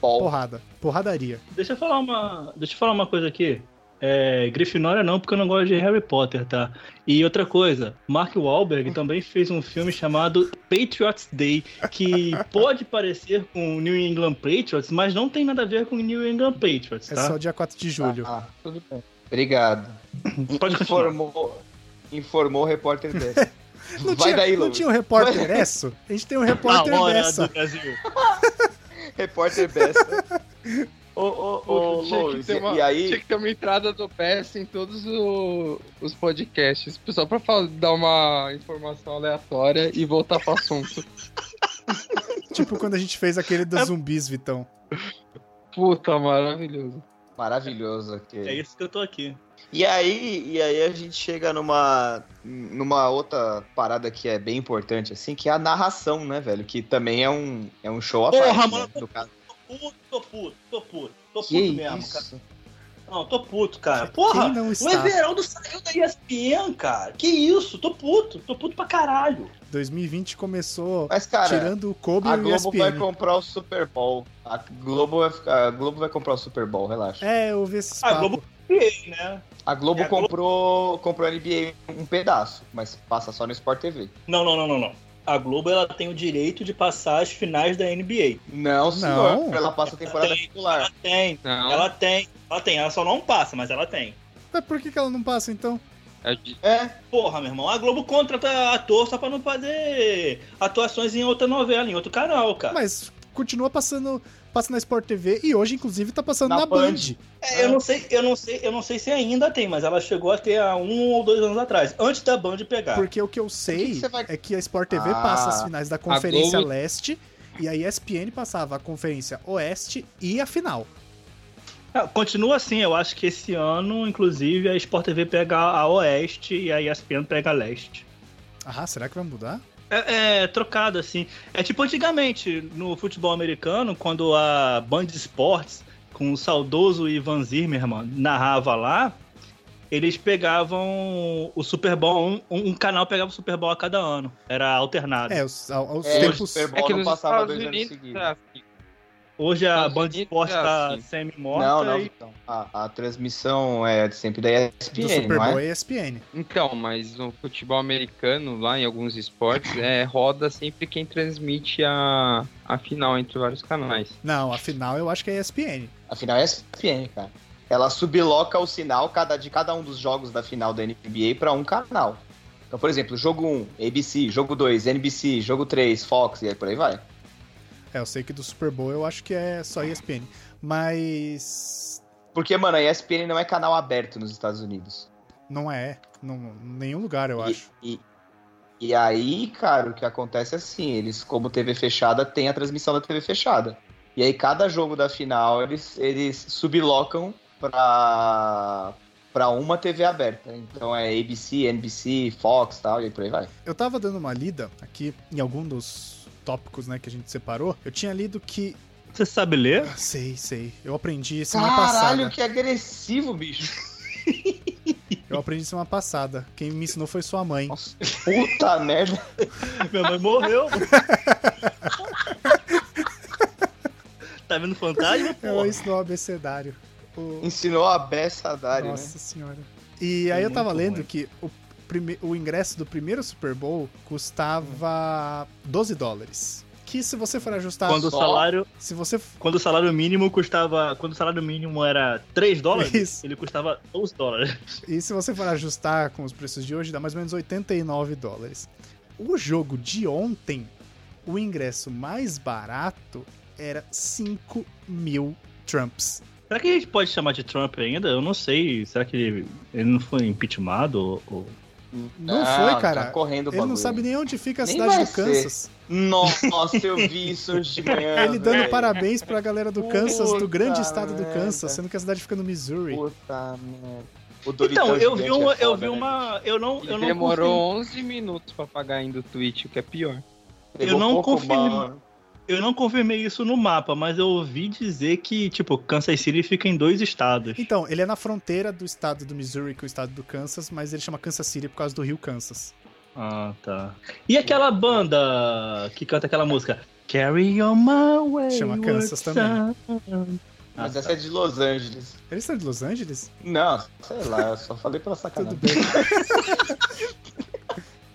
Speaker 2: ball.
Speaker 1: Porrada. Porradaria.
Speaker 4: Deixa eu falar uma, deixa eu falar uma coisa aqui. É, Grifinória não, porque eu não gosto de Harry Potter, tá? E outra coisa, Mark Wahlberg também fez um filme chamado Patriots Day,
Speaker 1: *laughs*
Speaker 4: que pode parecer com New England Patriots, mas não tem nada a ver com New England Patriots,
Speaker 1: É
Speaker 4: tá?
Speaker 1: só dia 4 de julho.
Speaker 2: Ah, tudo bem. Obrigado.
Speaker 4: Pode continuar.
Speaker 2: informou, informou o repórter dessa.
Speaker 1: *laughs* Não
Speaker 2: Vai
Speaker 1: tinha,
Speaker 2: daí,
Speaker 1: não
Speaker 2: Lucas.
Speaker 1: tinha um repórter esso? A gente tem um
Speaker 4: Na
Speaker 1: repórter
Speaker 4: hora
Speaker 1: dessa.
Speaker 4: do Brasil.
Speaker 2: repórter dessa.
Speaker 4: *laughs*
Speaker 2: Ô, ô, ô,
Speaker 5: Pô, tinha, que
Speaker 2: Lois,
Speaker 5: ter uma,
Speaker 2: e
Speaker 5: tinha
Speaker 2: aí,
Speaker 5: que ter uma entrada do PS em todos o- os podcasts, só pra fa- dar uma informação aleatória e voltar pro
Speaker 3: *laughs*
Speaker 5: assunto.
Speaker 1: Tipo quando a gente fez aquele
Speaker 4: É-
Speaker 1: dos zumbis, Vitão.
Speaker 5: Puta, maravilhoso.
Speaker 2: maravilhoso aqui.
Speaker 4: É isso que eu tô aqui.
Speaker 2: E aí, e aí a gente chega numa numa outra parada que é bem importante assim, que é a narração, né, velho, que também é um é um show à
Speaker 4: Porra,
Speaker 2: parte,
Speaker 4: mano.
Speaker 2: né, do caso.
Speaker 4: Tô puto, tô puto, tô puto, tô
Speaker 2: Que
Speaker 4: puto mesmo, cara.
Speaker 2: isso?
Speaker 4: Não, tô puto, cara.
Speaker 1: Quem
Speaker 4: Porra, é-
Speaker 1: não
Speaker 4: o
Speaker 1: está?
Speaker 4: Everaldo saiu da ESPN, cara. Que isso? Tô puto, tô puto pra caralho.
Speaker 1: 2020 começou
Speaker 2: Mas, cara,
Speaker 1: tirando o Kobe
Speaker 2: a
Speaker 1: e o
Speaker 2: Globo vai
Speaker 1: ESPN.
Speaker 2: comprar o Super Bowl. A Globo vai, ficar- a Globo vai comprar o Super Bowl, relaxa.
Speaker 1: É, eu vi esses
Speaker 4: Ah, A
Speaker 1: papos.
Speaker 4: Globo criei, né?
Speaker 2: A Globo
Speaker 4: É, a Globo-
Speaker 2: comprou, comprou a NBA um pedaço, mas passa só no Sport TV.
Speaker 4: Não, não, não, não, não. A Globo ela tem o direito de passar as finais da NBA.
Speaker 2: Não, senhor.
Speaker 1: Não.
Speaker 2: Ela passa a temporada
Speaker 4: Tem.
Speaker 2: regular.
Speaker 4: Ela tem,
Speaker 3: Não,
Speaker 4: ela tem, ela tem, ela só não passa, mas ela tem.
Speaker 1: Mas por que, que ela não passa então?
Speaker 3: é de-
Speaker 2: É,
Speaker 4: Porra, meu irmão, a Globo contrata ator só pra não fazer atuações em outra novela, em outro canal, cara.
Speaker 1: Mas continua passando, passa na Sport TV e hoje, inclusive, tá passando na,
Speaker 2: Na
Speaker 1: Band.
Speaker 2: Band.
Speaker 4: É, eu não sei, eu não sei, eu não sei se ainda tem, mas ela chegou a ter há um ou dois anos atrás, antes da Band pegar.
Speaker 1: Porque o que eu sei
Speaker 2: Tá. que você vai-
Speaker 1: é que a Sport TV
Speaker 2: Ah,
Speaker 1: passa as finais da Conferência
Speaker 3: Globo-
Speaker 1: Leste e a ESPN passava a Conferência Oeste e a final.
Speaker 4: Ah, Continua assim, eu acho que esse ano, inclusive, a Sport TV pega a Oeste e a ESPN pega a Leste.
Speaker 1: Ah, será que vai mudar?
Speaker 4: É, é trocado assim. É tipo antigamente, no futebol americano, quando a Band Esportes, com o saudoso Ivan Zimmerman, narrava lá, eles pegavam o Super Bowl, um, um canal pegava o Super Bowl a cada ano. Era alternado.
Speaker 1: É, os, ao- aos
Speaker 2: É, o
Speaker 1: tempos.
Speaker 2: Super Bowl
Speaker 3: é que
Speaker 2: não
Speaker 3: nos
Speaker 2: passava
Speaker 3: Estados
Speaker 2: dois anos
Speaker 3: Unidos
Speaker 2: seguidos.
Speaker 3: é assim.
Speaker 4: Hoje a
Speaker 3: Estados
Speaker 4: Band
Speaker 3: Unidos
Speaker 4: Esportes
Speaker 3: é
Speaker 4: tá
Speaker 3: assim.
Speaker 4: semi-morta.
Speaker 2: Não, não,
Speaker 4: e-
Speaker 2: Vitão. A, a transmissão é sempre da ESPN,
Speaker 1: do Super
Speaker 2: não é?
Speaker 1: Bowl e ESPN.
Speaker 3: Então, mas no futebol americano, lá em alguns esportes, é roda sempre quem transmite a, a final entre vários canais.
Speaker 1: Não, a final eu acho que é ESPN.
Speaker 2: Afinal, é ESPN, cara. Ela subloca o sinal cada, de cada um dos jogos da final da NBA pra um canal. Então, por exemplo, jogo 1, ABC, jogo 2, NBC, jogo 3, Fox, e aí por aí vai.
Speaker 1: É, eu sei que do Super Bowl eu acho que é só ESPN. Mas.
Speaker 2: Porque, mano, a ESPN não é canal aberto nos Estados Unidos.
Speaker 1: Não é. Não, nenhum lugar, eu
Speaker 2: E-
Speaker 1: acho.
Speaker 2: E, e aí, cara, o que acontece é assim, eles, como TV fechada, tem a transmissão da TV fechada. E aí, cada jogo da final, eles, eles sublocam pra, pra uma TV aberta. Então é ABC, NBC, Fox e tal, e aí por aí vai.
Speaker 1: Eu tava dando uma lida aqui em algum dos tópicos, né, que a gente separou. Eu tinha lido que.
Speaker 4: Você sabe ler?
Speaker 1: Ah, Sei, sei. Eu aprendi semana
Speaker 2: Caralho,
Speaker 1: passada.
Speaker 2: que agressivo,
Speaker 1: *laughs*
Speaker 2: bicho.
Speaker 1: Eu aprendi semana passada. Quem me ensinou foi sua mãe.
Speaker 2: Nossa, puta merda.
Speaker 4: Minha mãe morreu. tá vendo fantasma?
Speaker 1: Ela
Speaker 4: Porra.
Speaker 1: ensinou É o abecedário. O-
Speaker 2: Ensinou a Bessa a Dari, né?
Speaker 1: Nossa senhora. E aí eu
Speaker 4: muito
Speaker 1: tava lendo
Speaker 4: ruim.
Speaker 1: que o, prime... o ingresso do primeiro Super Bowl custava 12 dólares. Que se você for ajustar.
Speaker 4: Quando o
Speaker 2: só.
Speaker 4: salário,
Speaker 1: Se você. f-
Speaker 4: quando o salário mínimo custava, quando o salário mínimo era 3 dólares,
Speaker 1: Isso.
Speaker 4: ele custava 12 dólares. *laughs*
Speaker 1: E se você for ajustar com os preços de hoje, dá mais ou menos 89 dólares. O jogo de ontem, o ingresso mais barato era 5 mil Trumps.
Speaker 4: Será que a gente pode chamar de Trump ainda? Eu não sei. Será que ele, ele não foi impeachmentado? Ou, ou-
Speaker 1: Não foi, cara.
Speaker 2: Tá correndo o
Speaker 1: Ele não
Speaker 2: bagulho.
Speaker 1: sabe nem onde fica a
Speaker 2: Nem
Speaker 1: cidade
Speaker 2: vai
Speaker 1: do Kansas.
Speaker 2: Nossa, eu vi isso hoje de manhã.
Speaker 1: *laughs* Ele dando
Speaker 2: É, velho.
Speaker 1: parabéns pra galera do Kansas, do
Speaker 2: Puta
Speaker 1: grande estado do
Speaker 2: merda.
Speaker 1: Kansas, sendo que a cidade fica no Missouri.
Speaker 2: Puta merda. O
Speaker 4: Então,
Speaker 2: Doritão
Speaker 4: eu vi
Speaker 2: gigante
Speaker 4: uma,
Speaker 2: é
Speaker 4: eu
Speaker 2: foda,
Speaker 4: vi
Speaker 2: né?
Speaker 4: uma, eu não, eu
Speaker 3: E
Speaker 4: não
Speaker 3: demorou 11 minutos pra pagar ainda o tweet, o que é pior.
Speaker 2: Pegou
Speaker 4: eu não
Speaker 2: pouco
Speaker 4: confirmo.
Speaker 2: mal.
Speaker 4: Ah,
Speaker 2: né?
Speaker 4: confirmei, eu não confirmei isso no mapa, mas eu ouvi dizer que tipo Kansas City fica em dois estados.
Speaker 1: Então, ele é na fronteira do estado do Missouri com o estado do Kansas, mas ele chama Kansas City por causa do rio Kansas.
Speaker 4: Ah, tá. E aquela banda que canta aquela música? Carry on my Ah, way.
Speaker 1: Chama Kansas também.
Speaker 4: tá.
Speaker 2: Mas essa é de Los Angeles.
Speaker 1: Eles são de Los Angeles?
Speaker 2: Não, sei lá, eu só falei pra
Speaker 1: Tudo
Speaker 2: sacanagem.
Speaker 1: bem.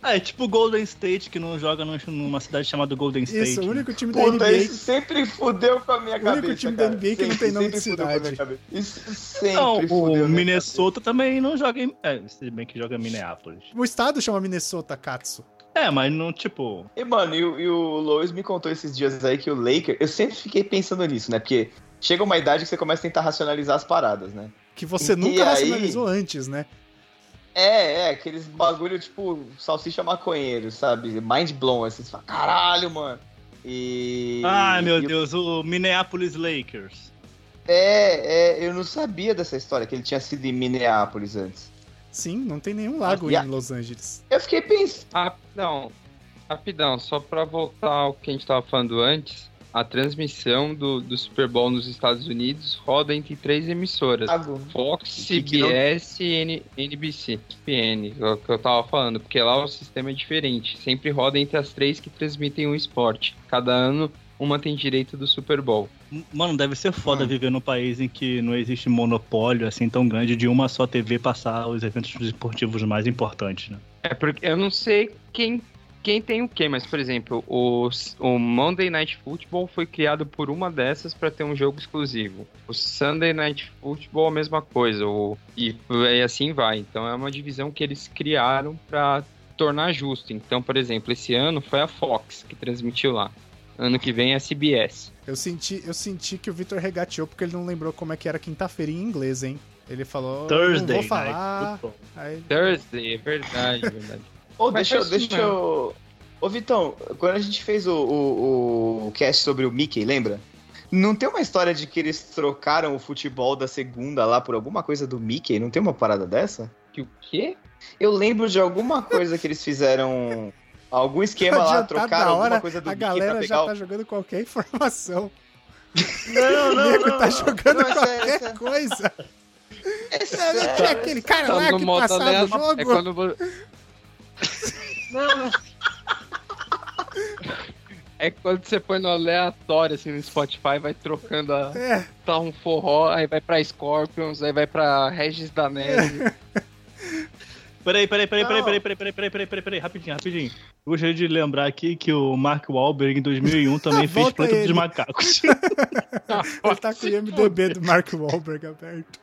Speaker 4: Ah, é tipo Golden State que não joga num- numa cidade chamada Golden State. né?
Speaker 1: Isso, o único time da
Speaker 2: Puta,
Speaker 1: NBA.
Speaker 2: isso sempre fudeu com a minha
Speaker 1: único
Speaker 2: cabeça.
Speaker 1: time da
Speaker 2: cara.
Speaker 1: NBA que não tem nome de
Speaker 2: sempre fudeu com a minha
Speaker 1: cidade.
Speaker 2: cabeça. Isso sempre
Speaker 4: Não,
Speaker 2: fudeu.
Speaker 4: o
Speaker 1: né,
Speaker 2: minha
Speaker 4: Minnesota também não joga em. É, se bem que joga em Minneapolis.
Speaker 1: O estado chama Minnesota Katsu.
Speaker 4: É, mas não, tipo.
Speaker 2: E, mano, e, o- e o Lois me contou esses dias aí que o Lakers. Eu sempre fiquei pensando nisso, né? Porque chega uma idade que você começa a tentar racionalizar as paradas, né?
Speaker 1: Que você
Speaker 2: E
Speaker 1: nunca
Speaker 2: aí?
Speaker 1: racionalizou antes, né?
Speaker 2: É, é, aqueles bagulho tipo salsicha maconheiro, sabe? Mind blown, assim, você fala, caralho, mano. E.
Speaker 4: Ai, meu
Speaker 2: e o
Speaker 4: Deus, o Minneapolis Lakers.
Speaker 2: É, é, eu não sabia dessa história, que ele tinha sido em Minneapolis antes.
Speaker 1: Sim, não tem nenhum lago
Speaker 2: Yeah.
Speaker 1: em Los Angeles.
Speaker 2: Eu fiquei pensando.
Speaker 3: Rapidão, rapidão, só pra voltar ao que a gente tava falando antes. a transmissão do, do Super Bowl nos Estados Unidos roda entre três emissoras.
Speaker 5: Thiago,
Speaker 3: Fox,
Speaker 2: E que não-
Speaker 3: CBS e N- NBC. PN, é o que eu tava falando, porque lá o sistema é diferente. Sempre roda entre as três que transmitem um esporte. Cada ano, uma tem direito do Super Bowl.
Speaker 4: Mano, deve ser foda
Speaker 2: Mano.
Speaker 4: viver num país em que não existe monopólio assim tão grande de uma só TV passar os eventos esportivos mais importantes, né?
Speaker 3: É porque eu não sei quem, quem tem o quê, mas, por exemplo, o, s- o Monday Night Football foi criado por uma dessas para ter um jogo exclusivo. O Sunday Night Football, a mesma coisa. O, e, e assim vai. Então é uma divisão que eles criaram para tornar justo. Então, por exemplo, esse ano foi a Fox que transmitiu lá. Ano que vem é a CBS.
Speaker 1: Eu senti, eu senti que o Victor regateou porque ele não lembrou como é que era quinta-feira em inglês, hein? Ele falou. não
Speaker 4: Thursday
Speaker 1: vou falar.
Speaker 4: Night Football.
Speaker 1: Aí,
Speaker 3: Thursday, é verdade, é verdade.
Speaker 2: Ô,
Speaker 5: Mas
Speaker 2: deixa, eu-
Speaker 5: faz
Speaker 4: assim
Speaker 5: isso
Speaker 2: deixa eu. Ô, Vitão, quando a gente fez o, o, o cast sobre o Mickey, lembra? Não tem uma história de que eles trocaram o futebol da segunda lá por alguma coisa do Mickey? Não tem uma parada dessa?
Speaker 3: Que o quê?
Speaker 2: Eu lembro de alguma coisa que eles fizeram. Algum esquema lá,
Speaker 1: adiantar da
Speaker 2: trocaram
Speaker 1: hora,
Speaker 2: alguma coisa do
Speaker 1: a
Speaker 2: Mickey pra
Speaker 1: galera
Speaker 2: pegar
Speaker 1: já
Speaker 2: o.
Speaker 1: tá jogando qualquer informação.
Speaker 2: Não,
Speaker 1: o nego tá jogando
Speaker 2: Não, é sério, é
Speaker 1: qualquer
Speaker 2: sério.
Speaker 1: coisa.
Speaker 2: É
Speaker 1: Não,
Speaker 2: sério.
Speaker 1: não tinha aquele
Speaker 3: tá
Speaker 1: cara lá
Speaker 5: no
Speaker 1: é que
Speaker 5: modo
Speaker 1: passava o
Speaker 5: aleatório,
Speaker 1: jogo.
Speaker 3: É quando vo-
Speaker 2: Não, não.
Speaker 5: é quando você põe no aleatório, assim, no Spotify, vai trocando a...
Speaker 1: É,
Speaker 5: Tá um forró, aí vai pra Scorpions, aí vai pra Regis Danese.
Speaker 4: Peraí, peraí, peraí, peraí,
Speaker 2: Não.
Speaker 4: peraí, peraí, peraí, peraí, peraí, peraí, peraí, rapidinho, rapidinho. Eu gostaria de lembrar aqui que o Mark Wahlberg
Speaker 1: *laughs*
Speaker 4: em 2001 também fez
Speaker 1: Volta
Speaker 4: Planta
Speaker 1: ele. *laughs*
Speaker 4: dos Macacos.
Speaker 1: ele tá com o IMDB do Mark Wahlberg aberto.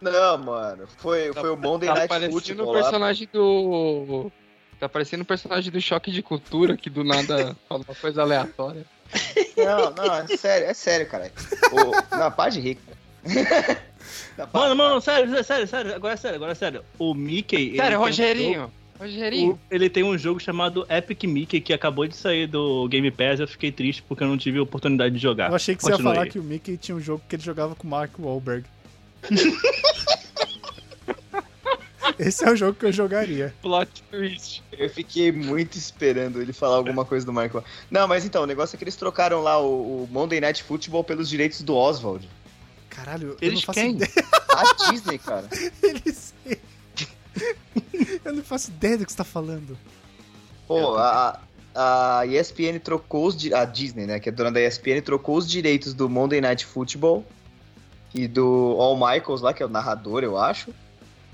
Speaker 2: Não, mano. Foi, foi o Monday
Speaker 5: Tá
Speaker 2: Night
Speaker 4: um
Speaker 5: parecendo o
Speaker 2: Football lá.
Speaker 5: personagem do... Tá parecendo o personagem do Choque de Cultura, que do nada *laughs* fala uma coisa aleatória.
Speaker 2: Não, não, é sério, é sério, cara. O... Não, pá de rico. Não, pá.
Speaker 4: *laughs* Mano, mano, sério, sério, sério, sério, agora é sério, agora é sério. O Mickey. ele tem
Speaker 5: Sério,
Speaker 4: um
Speaker 5: Rogerinho.
Speaker 4: jogo-
Speaker 5: Rogerinho.
Speaker 4: o- ele tem um jogo chamado Epic Mickey que acabou de sair do Game Pass. Eu fiquei triste porque eu não tive a oportunidade de jogar.
Speaker 1: Eu achei que você ia
Speaker 4: Continue.
Speaker 1: falar que o Mickey tinha um jogo que ele jogava com o Mark Wahlberg. Esse é o jogo que eu jogaria.
Speaker 5: Plot twist.
Speaker 2: Eu fiquei muito esperando ele falar alguma coisa do Michael. Não, mas então, o negócio é que eles trocaram lá o, o Monday Night Football pelos direitos do Oswald.
Speaker 1: Caralho, eu
Speaker 4: Eles
Speaker 1: não faço
Speaker 4: quem?
Speaker 1: ideia.
Speaker 2: A Disney, cara.
Speaker 1: Eles... *laughs* Eu não faço ideia do que você tá falando.
Speaker 2: Pô,
Speaker 4: É,
Speaker 2: a, a ESPN trocou os di- A Disney, né? Que é dona da ESPN, trocou os direitos do Monday Night Football e do All Michaels lá, que é o narrador, eu acho.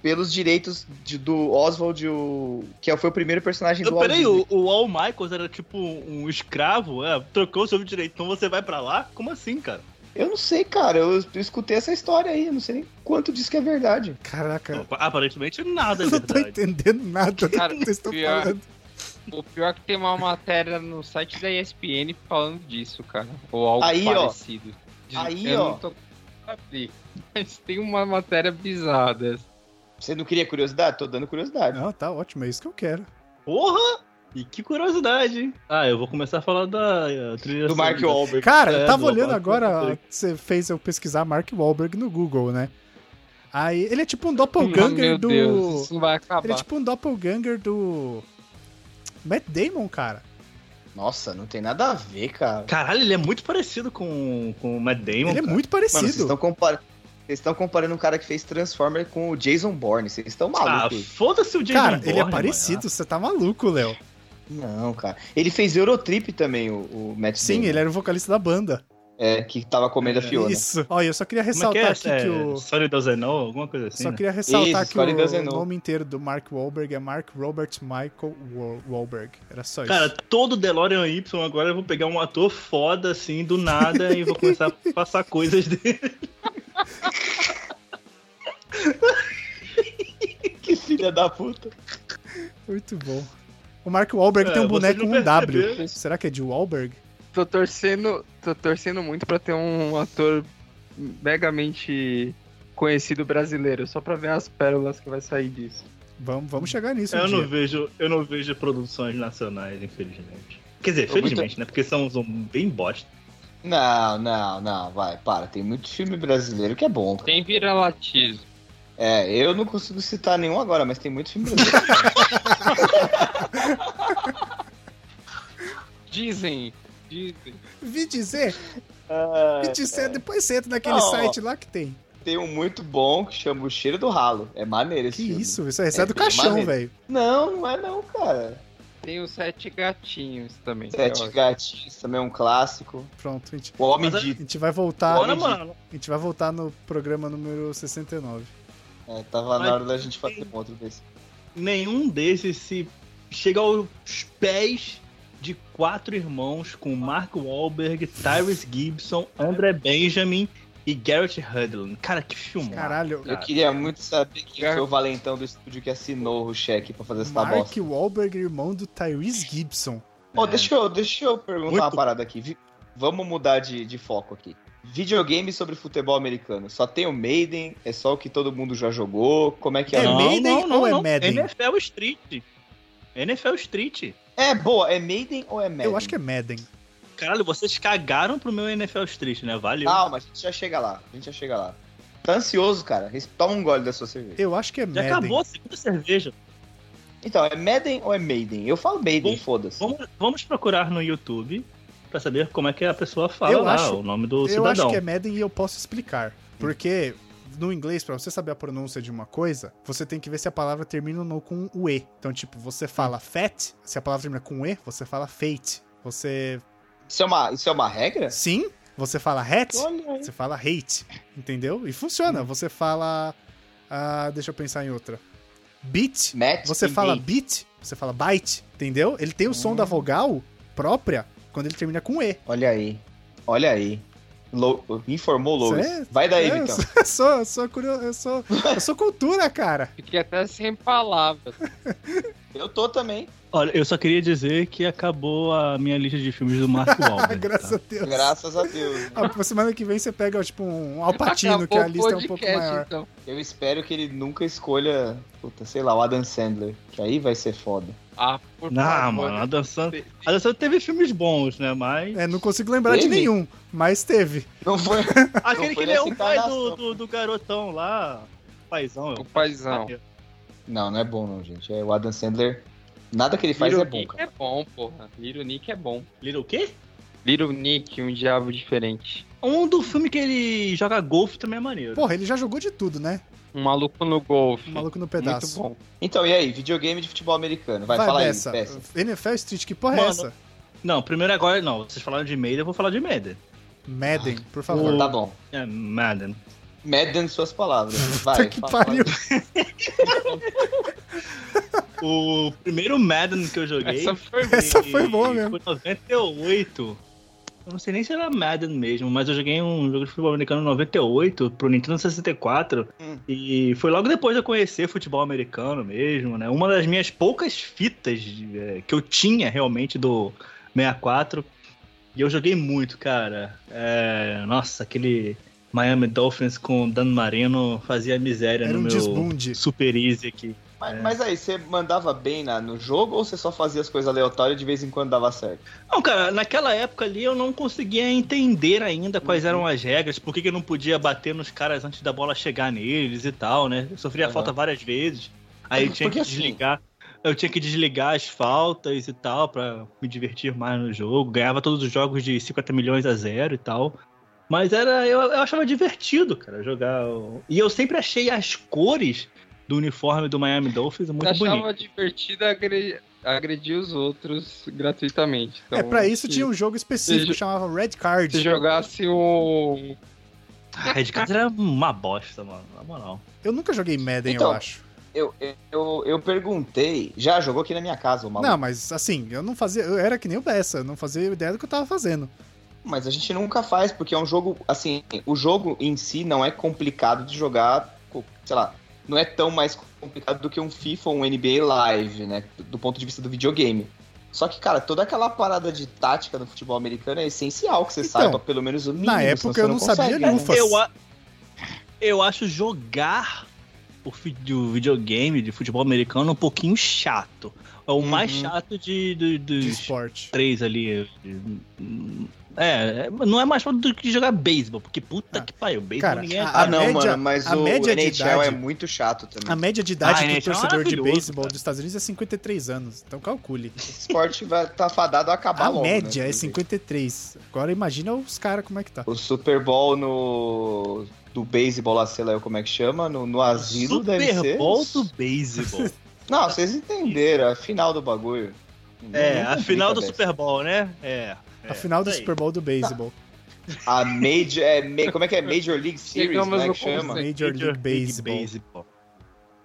Speaker 2: Pelos direitos de- do Oswald, o, que é- foi o primeiro personagem do Walt
Speaker 4: Peraí,
Speaker 2: Disney.
Speaker 4: o, o Al Michaels era tipo um escravo? É, trocou o seu direito, então você vai pra lá? Como assim, cara?
Speaker 2: Eu não sei, cara. Eu escutei essa história aí. Eu não sei nem quanto disso que é verdade.
Speaker 1: Caraca,
Speaker 4: Aparentemente nada
Speaker 1: *laughs*
Speaker 4: é
Speaker 1: eu não tô
Speaker 4: verdade.
Speaker 1: entendendo nada do que
Speaker 3: Cara,
Speaker 1: vocês estão
Speaker 3: pior.
Speaker 1: falando.
Speaker 3: O pior é que tem uma matéria no site da ESPN falando disso, cara. Ou algo
Speaker 2: Aí, ó.
Speaker 3: parecido. De-
Speaker 2: Aí,
Speaker 3: eu
Speaker 2: ó.
Speaker 3: Não tô... abrir, *laughs* Mas tem uma matéria bizarra dessa.
Speaker 2: Você não queria curiosidade? Tô dando curiosidade.
Speaker 1: Não, tá ótimo, é isso que eu quero.
Speaker 4: Porra! E que curiosidade, hein? Ah, eu vou começar a falar da eh, trilha
Speaker 2: Do Mark
Speaker 4: sonora.
Speaker 2: Wahlberg.
Speaker 1: Cara,
Speaker 4: É,
Speaker 1: eu tava
Speaker 4: do
Speaker 1: olhando
Speaker 4: Mark
Speaker 1: agora,
Speaker 4: Wahlberg.
Speaker 1: você fez eu pesquisar Mark Wahlberg no Google, né? Aí, ele é tipo um
Speaker 5: Ah,
Speaker 1: doppelganger
Speaker 5: meu
Speaker 1: do...
Speaker 5: Deus, isso não tá vai acabar.
Speaker 1: Ele é tipo um doppelganger do... Matt Damon, cara.
Speaker 2: Nossa, não tem nada a ver, cara.
Speaker 4: Caralho, ele é muito parecido com, com o Matt Damon.
Speaker 1: Ele é
Speaker 4: cara.
Speaker 1: muito
Speaker 2: Mano, vocês
Speaker 1: parecido.
Speaker 2: estão compara- vocês estão comparando um cara que fez Transformer com o Jason Bourne. Vocês estão
Speaker 4: Ah,
Speaker 2: malucos.
Speaker 4: foda-se o Jason
Speaker 1: Cara,
Speaker 4: Bourne,
Speaker 1: ele é
Speaker 4: né, mano.
Speaker 1: parecido, você tá maluco, Léo.
Speaker 2: Não, cara. Ele fez Eurotrip também, o, o Matt
Speaker 1: Sim,
Speaker 2: Damon,
Speaker 1: ele era o vocalista da banda.
Speaker 2: é, que tava comendo a Fiona.
Speaker 1: Isso. Olha, eu só queria
Speaker 4: Como é que
Speaker 1: ressaltar
Speaker 4: é?
Speaker 1: aqui que o...
Speaker 4: é Sorry Doesn't Know, alguma coisa assim,
Speaker 1: Só
Speaker 4: né?
Speaker 1: queria ressaltar
Speaker 2: Isso,
Speaker 1: que
Speaker 2: Scotty
Speaker 1: o
Speaker 2: Gazzanou.
Speaker 1: nome inteiro do Mark Wahlberg é Mark Robert Michael Wa- Wahlberg. Era só isso.
Speaker 4: Cara, todo DeLorean Y agora eu vou pegar um ator foda, assim, do nada, e vou começar a passar coisas dele.
Speaker 2: *laughs* Que filha da puta.
Speaker 1: Muito bom. O Mark Wahlberg
Speaker 4: É,
Speaker 1: tem um
Speaker 4: vocês
Speaker 1: boneco com
Speaker 4: não
Speaker 1: um W.
Speaker 4: perceberam.
Speaker 1: Será que é de Wahlberg?
Speaker 5: Tô torcendo, tô torcendo muito pra ter um ator megamente conhecido brasileiro, só pra ver as pérolas que vai sair disso.
Speaker 1: Vamos, vamos chegar nisso um
Speaker 4: É, Eu não,
Speaker 1: dia.
Speaker 4: vejo, eu não vejo produções nacionais, infelizmente. Quer dizer,
Speaker 5: muito-
Speaker 4: felizmente, né? Porque são são bem bosta.
Speaker 2: Não, não, não. Vai, para. Tem muito filme brasileiro que é bom, cara.
Speaker 3: Tem viralatismo.
Speaker 2: É, eu não consigo citar nenhum agora, mas tem muito filme brasileiro.
Speaker 5: Dizem
Speaker 3: Dizem.
Speaker 1: Vi dizer, vi
Speaker 4: *laughs*
Speaker 1: dizer, depois você entra naquele
Speaker 2: Não, ó.
Speaker 1: site lá que tem.
Speaker 2: *laughs* Tem um muito bom que chama O Cheiro do Ralo. É maneiro esse
Speaker 1: Que
Speaker 2: filme.
Speaker 1: isso, isso aí é,
Speaker 2: É
Speaker 1: do
Speaker 2: bem
Speaker 1: caixão,
Speaker 2: maneiro.
Speaker 1: velho.
Speaker 2: Não, não é não, cara.
Speaker 3: Tem os Sete Gatinhos também.
Speaker 4: é
Speaker 2: Sete Gatinhos também é um clássico.
Speaker 1: Pronto, a gente,
Speaker 2: O Homem
Speaker 4: Mas
Speaker 1: a
Speaker 2: de...
Speaker 1: gente vai voltar.
Speaker 4: Bora,
Speaker 2: Entendi.
Speaker 4: mano.
Speaker 1: A gente vai voltar no programa número 69.
Speaker 2: É, tava
Speaker 4: Mas-
Speaker 2: na hora da gente fazer um outro desse.
Speaker 4: Nenhum desses se chega aos pés de quatro irmãos com Mark Wahlberg, Tyrese Gibson, André Benjamin e Garrett Hudlin. Cara, que filme.
Speaker 1: Caralho,
Speaker 4: Ah,
Speaker 2: Eu queria muito saber quem foi o valentão do estúdio que assinou o cheque pra fazer essa
Speaker 1: Mark
Speaker 2: bosta.
Speaker 1: Wahlberg, irmão do Tyrese Gibson.
Speaker 2: Ó, deixa, eu, deixa eu perguntar uma
Speaker 4: Muito.
Speaker 2: parada aqui. Vi- Vamos mudar de, de foco aqui. Videogame sobre futebol americano. Só tem o Maiden? É só o que todo mundo já jogou? Como é que é?
Speaker 1: É
Speaker 4: Não,
Speaker 1: Maiden
Speaker 4: não, não,
Speaker 1: ou é
Speaker 4: não.
Speaker 1: Madden?
Speaker 4: NFL Street. NFL Street.
Speaker 2: É boa, é Maiden ou é Madden?
Speaker 1: Eu acho que é Madden.
Speaker 4: Caralho, vocês cagaram pro meu NFL Street, né? Valeu.
Speaker 1: Ah,
Speaker 2: Calma, a gente já chega lá. A gente já chega lá. Tá ansioso, cara. Res- Toma um gole da sua cerveja.
Speaker 1: Eu acho que é
Speaker 4: Já
Speaker 1: Madden.
Speaker 4: acabou a segunda cerveja.
Speaker 2: Então, é Madden ou é Maiden? Eu falo Maiden,
Speaker 4: Vamos-
Speaker 2: foda-se.
Speaker 4: Vamos, vamos procurar no YouTube pra saber como é que a pessoa fala
Speaker 1: Eu
Speaker 4: lá,
Speaker 1: acho-
Speaker 4: o nome do
Speaker 1: eu acho
Speaker 4: cidadão.
Speaker 1: que é Madden e eu posso explicar. Porque no inglês, pra você saber a pronúncia de uma coisa, você tem que ver se a palavra termina ou não com o E. Então, tipo, você fala fat, se a palavra termina com E, você fala fate. Você.
Speaker 2: Isso é uma, isso é uma regra?
Speaker 1: Sim, você fala hat,
Speaker 2: Olha aí.
Speaker 1: você fala hate. Entendeu? E funciona. Você fala. ah, deixa eu pensar em outra. Beat,
Speaker 2: Matt
Speaker 1: Você
Speaker 2: e
Speaker 1: fala
Speaker 2: Maiden.
Speaker 1: beat, você fala bite, entendeu? Ele tem o som
Speaker 2: Hum.
Speaker 1: da vogal própria quando ele termina com E.
Speaker 2: Olha aí. Olha aí. Lou- Informou o Louis.
Speaker 1: Isso é-
Speaker 2: Vai daí,
Speaker 1: É, eu,
Speaker 2: Vitão.
Speaker 1: sou, *laughs* eu, sou, eu, sou curio- eu sou- eu sou cultura,
Speaker 3: *laughs*
Speaker 1: cara.
Speaker 3: Fiquei até sem palavras.
Speaker 2: Eu tô também.
Speaker 4: Olha, eu só queria dizer que acabou a minha lista de filmes do
Speaker 1: *laughs*
Speaker 4: Mark
Speaker 1: Ah,
Speaker 4: Wahlberg.
Speaker 1: graças
Speaker 4: tá?
Speaker 1: a Deus.
Speaker 2: Graças a Deus.
Speaker 1: *laughs*
Speaker 2: né?
Speaker 1: Ah, semana que vem você pega, tipo, um
Speaker 3: *laughs*
Speaker 1: Alpatino, que a lista é um pouco maior.
Speaker 3: então.
Speaker 2: Eu espero que ele nunca escolha, puta, sei lá, o Adam Sandler. Que aí vai ser foda.
Speaker 3: Ah, por
Speaker 4: Não,
Speaker 3: favor. né?
Speaker 4: mano, a dançando.
Speaker 3: Tem-
Speaker 4: A dançando teve filmes bons, né? Mas.
Speaker 1: É, não consigo lembrar de
Speaker 2: Teve?
Speaker 1: nenhum, mas teve.
Speaker 2: Não foi. *laughs*
Speaker 4: Aquele que
Speaker 2: foi
Speaker 4: ele é
Speaker 2: nessa
Speaker 4: o pai do,
Speaker 2: encarnação.
Speaker 4: do, do garotão lá. Paizão, eu.
Speaker 3: O paizão.
Speaker 2: Não, não é bom, não, gente. É, o Adam Sandler. Nada que ele faz
Speaker 4: Little
Speaker 2: é bom,
Speaker 3: Nick
Speaker 2: cara.
Speaker 3: é bom, porra. Little Nick é bom.
Speaker 4: Little o quê?
Speaker 3: Little Nick, um diabo diferente.
Speaker 4: Um do filme que ele joga golfe também é maneiro.
Speaker 1: Porra, ele já jogou de tudo, né?
Speaker 3: Um maluco no golfe.
Speaker 1: O Um maluco no
Speaker 3: Muito
Speaker 1: pedaço.
Speaker 3: bom.
Speaker 2: Então, e aí? Videogame de futebol americano. Vai, fala
Speaker 1: dessa.
Speaker 2: aí, peça.
Speaker 1: NFL Street, que porra é
Speaker 4: Mano.
Speaker 1: essa?
Speaker 4: Não, primeiro agora não. Vocês falaram de Maiden, eu vou falar de Maiden.
Speaker 1: Madden, por favor.
Speaker 2: Então, Tá bom.
Speaker 4: É, Madden.
Speaker 2: Madden
Speaker 1: *laughs*
Speaker 2: suas palavras.
Speaker 1: Puta
Speaker 2: Vai,
Speaker 1: que
Speaker 2: fala-
Speaker 1: pariu.
Speaker 4: Tá O primeiro Madden que eu joguei.
Speaker 3: Essa foi
Speaker 1: *laughs* Essa foi boa mesmo.
Speaker 4: Foi 98. Eu não sei nem se era Madden mesmo, mas eu joguei um jogo de futebol americano em 98 pro Nintendo 64.
Speaker 2: Hum.
Speaker 4: E foi logo depois de eu conhecer futebol americano mesmo, né? Uma das minhas poucas fitas eh, que eu tinha realmente do 64. E eu joguei muito, cara. É, nossa, aquele Miami Dolphins com o Dan Marino fazia miséria
Speaker 1: Era
Speaker 4: no
Speaker 1: um
Speaker 4: meu
Speaker 1: desbunde.
Speaker 4: Super Easy aqui.
Speaker 2: Mas, mas aí, você mandava bem na- no jogo ou você só fazia as coisas aleatórias e de vez em quando dava certo?
Speaker 4: Não, cara, naquela época ali eu não conseguia entender ainda
Speaker 2: Uhum.
Speaker 4: quais eram as regras, por que, que eu não podia bater nos caras antes da bola chegar neles e tal, né? Eu sofria
Speaker 2: Aham.
Speaker 4: falta várias vezes. Aí eu tinha
Speaker 2: Porque
Speaker 4: que
Speaker 2: assim-
Speaker 4: desligar. Eu tinha que desligar as faltas e tal pra me divertir mais no jogo. Ganhava todos os jogos de 50 milhões a zero e tal. Mas era. Eu, eu achava divertido, cara, jogar. o- E eu sempre achei as cores do uniforme do Miami Dolphins muito
Speaker 3: achava
Speaker 4: bonito.
Speaker 3: divertido agre- agredir os outros gratuitamente. Então,
Speaker 1: é, pra isso
Speaker 3: se-
Speaker 1: tinha um jogo específico que
Speaker 3: se-
Speaker 1: chamava Red Card.
Speaker 3: Se jogasse um.
Speaker 4: A Red Card era uma bosta, mano. Na moral.
Speaker 1: Eu nunca joguei Madden,
Speaker 2: Então,
Speaker 1: eu acho.
Speaker 2: Eu, eu, eu perguntei. Já jogou aqui na minha casa, o maluco.
Speaker 1: Não, mas assim, eu não fazia. Eu era que nem o Bessa, eu não fazia ideia do que eu tava fazendo.
Speaker 2: Mas a gente nunca faz, porque é um jogo, assim, o jogo em si não é complicado de jogar, co- sei lá, não é tão mais complicado do que um FIFA ou um NBA Live, né? Do ponto de vista do videogame. Só que, cara, toda aquela parada de tática no futebol americano é essencial que você
Speaker 1: Então,
Speaker 2: saiba, pelo menos o mínimo.
Speaker 1: na
Speaker 2: senão
Speaker 1: época
Speaker 2: você
Speaker 1: eu não sabia
Speaker 2: consegue,
Speaker 1: nenhum.
Speaker 2: né?
Speaker 1: Ufas.
Speaker 4: Eu, a- eu acho jogar o, fi- o videogame de futebol americano um pouquinho chato. É o mais
Speaker 2: Uhum.
Speaker 4: chato de,
Speaker 1: de
Speaker 4: do- dos
Speaker 1: esporte.
Speaker 4: três ali. É, é, não é mais chato do que jogar beisebol, porque puta
Speaker 1: Ah,
Speaker 4: que pariu, beisebol
Speaker 1: cara,
Speaker 4: ninguém é.
Speaker 1: a-
Speaker 2: Ah, não,
Speaker 1: média-
Speaker 2: mano, mas
Speaker 1: a
Speaker 2: o
Speaker 1: média de
Speaker 2: NHL é
Speaker 1: idade-
Speaker 2: muito chato também.
Speaker 1: A média de idade
Speaker 4: Ah,
Speaker 1: do
Speaker 4: gente, é
Speaker 1: torcedor de
Speaker 4: maravilhoso,
Speaker 1: beisebol
Speaker 4: cara.
Speaker 1: dos Estados Unidos é 53 anos, então calcule.
Speaker 2: Esse esporte vai, tá fadado a acabar
Speaker 1: A
Speaker 2: logo.
Speaker 1: média
Speaker 2: né?
Speaker 1: é 53. Agora imagina os caras como é que tá.
Speaker 2: O Super Bowl no. Do beisebol lá, sei lá como é que chama, no, no asilo deve ser.
Speaker 4: Super Bowl do beisebol.
Speaker 2: Não, vocês entenderam, a final do bagulho.
Speaker 4: *laughs* é,
Speaker 2: Não
Speaker 4: a final do
Speaker 2: complica,
Speaker 4: Super Bowl, né? É.
Speaker 1: a final do
Speaker 4: isso aí.
Speaker 1: Super Bowl do beisebol.
Speaker 2: velho. A Major. É, ma- como é que é? Major League Series,
Speaker 5: Digamos
Speaker 2: como é
Speaker 5: no
Speaker 2: que chama?
Speaker 5: conceito.
Speaker 1: Major League Baseball.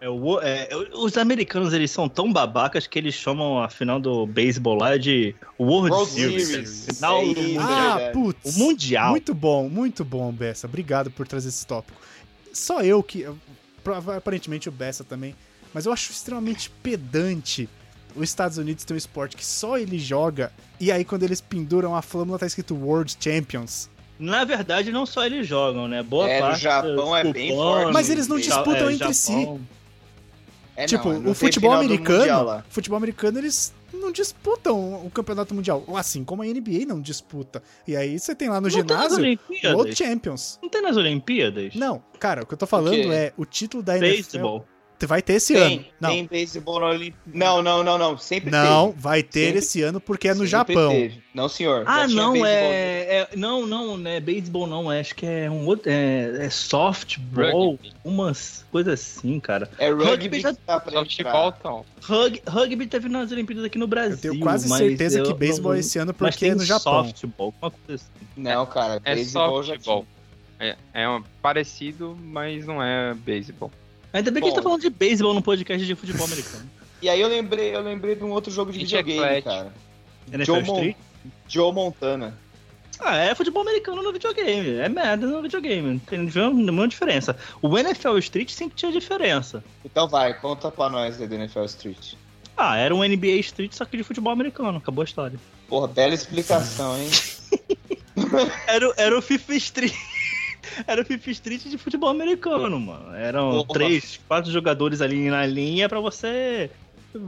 Speaker 4: É, o- é, os americanos eles são tão babacas que eles chamam a final do beisebol lá de World,
Speaker 2: World
Speaker 4: Series.
Speaker 2: Series.
Speaker 4: Final
Speaker 2: É
Speaker 4: do
Speaker 2: isso,
Speaker 4: mundial.
Speaker 1: Ah,
Speaker 2: verdade.
Speaker 1: putz.
Speaker 4: o mundial.
Speaker 1: Muito bom, muito bom, Bessa. Obrigado por trazer esse tópico. Só eu que. prova- Aparentemente o Bessa também. Mas eu acho extremamente pedante os Estados Unidos ter um esporte que só ele joga. E aí, quando eles penduram a flâmula, tá escrito World Champions.
Speaker 4: Na verdade, não só eles jogam, né? Boa
Speaker 2: É, no
Speaker 4: parte.
Speaker 2: Japão é
Speaker 4: dos
Speaker 2: bem
Speaker 4: cubanos,
Speaker 2: forte.
Speaker 1: Mas eles não
Speaker 4: ja-
Speaker 1: disputam entre
Speaker 4: Japão.
Speaker 2: É, não,
Speaker 1: tipo,
Speaker 2: é no
Speaker 1: o futebol
Speaker 2: semifinal do Mundial
Speaker 1: americano.
Speaker 2: lá.
Speaker 1: O futebol americano, eles não disputam o campeonato mundial. Assim como a NBA não disputa. E aí você tem lá no
Speaker 4: Não tem nas
Speaker 1: ginásio
Speaker 4: Olimpíadas?
Speaker 1: World Champions.
Speaker 4: Não tem nas Olimpíadas?
Speaker 1: Não, cara, o que eu tô falando
Speaker 2: quê?
Speaker 1: é o título da NFL.
Speaker 4: Beisebol.
Speaker 1: Vai ter esse ano.
Speaker 2: Tem,
Speaker 1: Não,
Speaker 2: tem beisebol na Olimpíada. Não, não, não, não. Sempre
Speaker 1: Não,
Speaker 2: teve.
Speaker 1: vai ter
Speaker 2: Sempre-
Speaker 1: esse ano porque é no
Speaker 2: Sempre
Speaker 1: Japão.
Speaker 2: teve. Não, senhor. já
Speaker 4: Ah,
Speaker 2: tinha
Speaker 4: não,
Speaker 2: beisebol.
Speaker 4: é, é- Não, não, não é beisebol, não. é, Acho que é um outro. É, é softball,
Speaker 3: Rugby. é
Speaker 4: umas coisa assim, cara.
Speaker 2: É
Speaker 4: Rugby
Speaker 2: rugby
Speaker 4: já-
Speaker 2: que tá pra
Speaker 3: Softball,
Speaker 2: entrar.
Speaker 3: então.
Speaker 4: Rug, rugby teve nas Olimpíadas aqui no Brasil.
Speaker 1: Eu tenho quase
Speaker 4: mas
Speaker 1: certeza
Speaker 4: eu
Speaker 1: que
Speaker 4: não-
Speaker 1: beisebol é esse ano
Speaker 4: Mas
Speaker 1: porque
Speaker 4: tem
Speaker 1: é no Japão.
Speaker 4: softball, uma coisa assim.
Speaker 2: Não, cara,
Speaker 3: É
Speaker 2: beisebol já tinha.
Speaker 3: softball. É, é um- parecido, mas não é beisebol.
Speaker 4: Ainda bem que a gente tá
Speaker 2: Bom.
Speaker 4: falando de beisebol no podcast de futebol americano.
Speaker 2: E aí eu lembrei, eu lembrei de um outro jogo de
Speaker 3: Gente, é
Speaker 2: videogame,
Speaker 3: eclético.
Speaker 2: cara.
Speaker 4: NFL
Speaker 2: Joe, Mon-
Speaker 4: Street?
Speaker 2: Joe Montana.
Speaker 4: Ah, é futebol americano no videogame. É merda no videogame. Não tem nenhuma diferença. O NFL Street sempre tinha diferença.
Speaker 2: Então vai, conta pra nós aí do NFL Street.
Speaker 4: Ah, era um NBA Street, só que de futebol americano. Acabou a história.
Speaker 2: Porra, bela explicação, hein?
Speaker 4: Era, o- era o FIFA Street. *laughs* Era o FIFA Street de futebol americano, mano. Eram
Speaker 2: Opa.
Speaker 4: três, quatro jogadores ali na linha pra você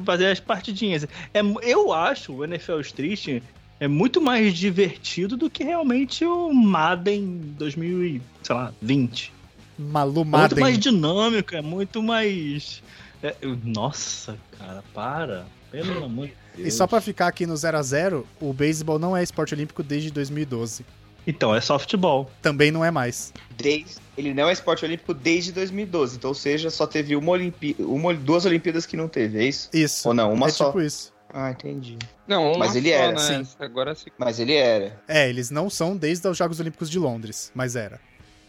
Speaker 4: fazer as partidinhas. É, mu- eu acho o NFL Street é muito mais divertido do que realmente o Madden 2000, e, sei lá, 20. É muito mais
Speaker 1: Malumaden.
Speaker 4: dinâmico, é muito mais. é, eu- nossa, cara, para. Pelo amor de Deus.
Speaker 1: E só pra ficar aqui no 0 a 0 o beisebol não é esporte olímpico desde 2012.
Speaker 4: Então, é só futebol.
Speaker 1: Também não é mais.
Speaker 2: *laughs* Desde- ele não é esporte olímpico desde 2012, então ou seja, só teve uma Olimpí uma, duas Olimpíadas que não teve, é isso?
Speaker 1: Isso.
Speaker 2: Ou não, uma
Speaker 1: é
Speaker 2: só.
Speaker 1: tipo isso.
Speaker 2: Ah, entendi.
Speaker 3: Não,
Speaker 2: Mas
Speaker 3: uma
Speaker 2: ele
Speaker 3: só,
Speaker 2: era,
Speaker 3: né?
Speaker 1: sim.
Speaker 3: Agora se
Speaker 2: Mas ele era.
Speaker 1: É, eles não são desde os Jogos Olímpicos de Londres, mas era.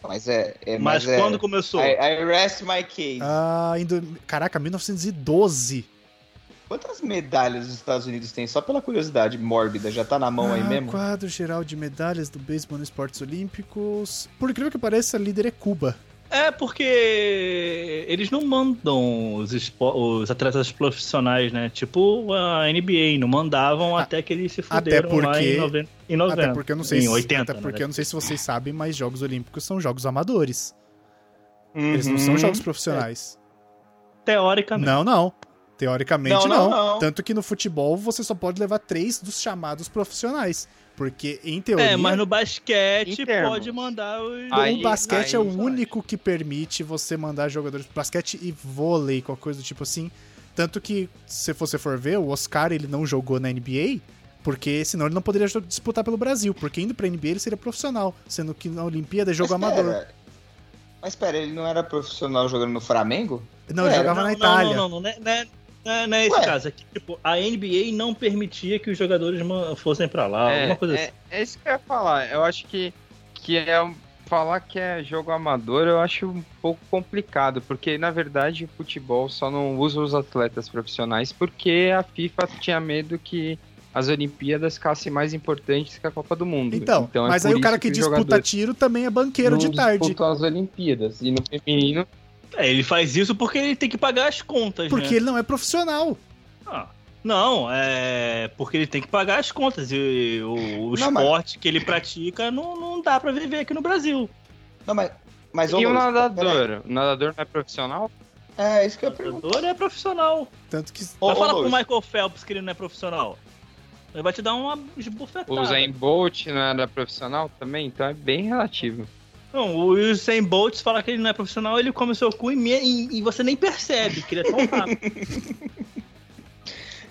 Speaker 2: Mas é. é-
Speaker 4: Mas,
Speaker 2: mas, é-
Speaker 4: quando começou?
Speaker 2: I, I rest my case.
Speaker 1: Ah, em do- Caraca, 1912.
Speaker 2: Quantas medalhas os Estados Unidos têm? Só pela curiosidade mórbida, já tá na mão aí
Speaker 1: Ah,
Speaker 2: mesmo?
Speaker 1: Quadro geral de medalhas do beisebol nos esportes olímpicos. Por incrível que pareça, a líder é Cuba.
Speaker 4: É porque eles não mandam os, espo- os atletas profissionais, né? Tipo a NBA, não mandavam
Speaker 1: Ah,
Speaker 4: até que eles se
Speaker 1: até
Speaker 4: fuderam lá em
Speaker 1: porque-
Speaker 4: 90. Em 90
Speaker 1: Até porque eu não sei
Speaker 4: é. em
Speaker 1: se,
Speaker 4: 80,
Speaker 1: até
Speaker 4: na
Speaker 1: porque
Speaker 4: verdade.
Speaker 1: eu não sei se vocês sabem, mas Jogos Olímpicos são jogos amadores.
Speaker 2: Uhum.
Speaker 1: Eles não são jogos profissionais.
Speaker 4: Teoricamente.
Speaker 1: Não, não. Teoricamente, não,
Speaker 2: Não, não, não.
Speaker 1: Tanto que no futebol você só pode levar três dos chamados profissionais. Porque, em teoria,
Speaker 4: É, mas no basquete
Speaker 3: Em termos.
Speaker 4: pode mandar os.
Speaker 1: o
Speaker 3: Aí-
Speaker 1: basquete
Speaker 3: aí
Speaker 1: é o
Speaker 3: vai.
Speaker 1: único que permite você mandar jogadores pro basquete e vôlei, qualquer coisa do tipo assim. Tanto que, se você for ver, o Oscar ele não jogou na NBA, porque senão ele não poderia jo- disputar pelo Brasil. Porque indo pra NBA ele seria profissional, sendo que na Olimpíada é jogo
Speaker 2: Mas
Speaker 1: amador.
Speaker 2: pera. Mas pera, ele não era profissional jogando no Flamengo?
Speaker 1: Não, ele
Speaker 2: É,
Speaker 1: jogava
Speaker 4: não,
Speaker 1: na
Speaker 4: não,
Speaker 1: Itália.
Speaker 4: Não, não, não, não, é- não é- não é- não é esse
Speaker 2: Ué.
Speaker 4: caso. É que, tipo, a NBA não permitia que os jogadores man- fossem pra lá,
Speaker 3: É,
Speaker 4: alguma coisa assim.
Speaker 3: é, é isso que eu ia falar. Eu acho que, que é um- falar que é jogo amador, eu acho um pouco complicado, porque na verdade o futebol só não usa os atletas profissionais porque a FIFA tinha medo que as Olimpíadas ficassem mais importantes que a Copa do Mundo.
Speaker 1: Então,
Speaker 3: é
Speaker 1: mas
Speaker 3: por
Speaker 1: aí o
Speaker 3: isso
Speaker 1: cara que,
Speaker 3: os
Speaker 1: disputa
Speaker 3: jogadores
Speaker 1: tiro também é banqueiro
Speaker 3: não
Speaker 1: de tarde.
Speaker 3: disputam as Olimpíadas e no feminino
Speaker 4: É, ele faz isso porque ele tem que pagar as contas, né?
Speaker 1: Porque ele não é profissional.
Speaker 4: Ah, Não, é porque ele tem que pagar as contas e o, o
Speaker 2: Não, mas-
Speaker 4: esporte que ele pratica não, não dá pra viver aqui no Brasil.
Speaker 2: Não, mas. mas ô,
Speaker 3: e um o
Speaker 2: Lúcio,
Speaker 3: nadador, o nadador não é profissional?
Speaker 2: É, isso que eu ia perguntar.
Speaker 4: Lutador é profissional.
Speaker 1: Tanto que.
Speaker 2: Ô,
Speaker 4: Vai
Speaker 2: ô,
Speaker 4: falar com o
Speaker 2: Luiz,
Speaker 4: Michael Phelps que ele não é profissional. Ele vai te dar uma
Speaker 3: O
Speaker 4: bufetada.
Speaker 3: Usain Bolt não era profissional também, então é bem relativo.
Speaker 4: Não, o Usain Bolt fala que ele não é profissional, ele come seu cu e, me- e- e você nem percebe que ele é
Speaker 2: *laughs*
Speaker 4: tão rápido.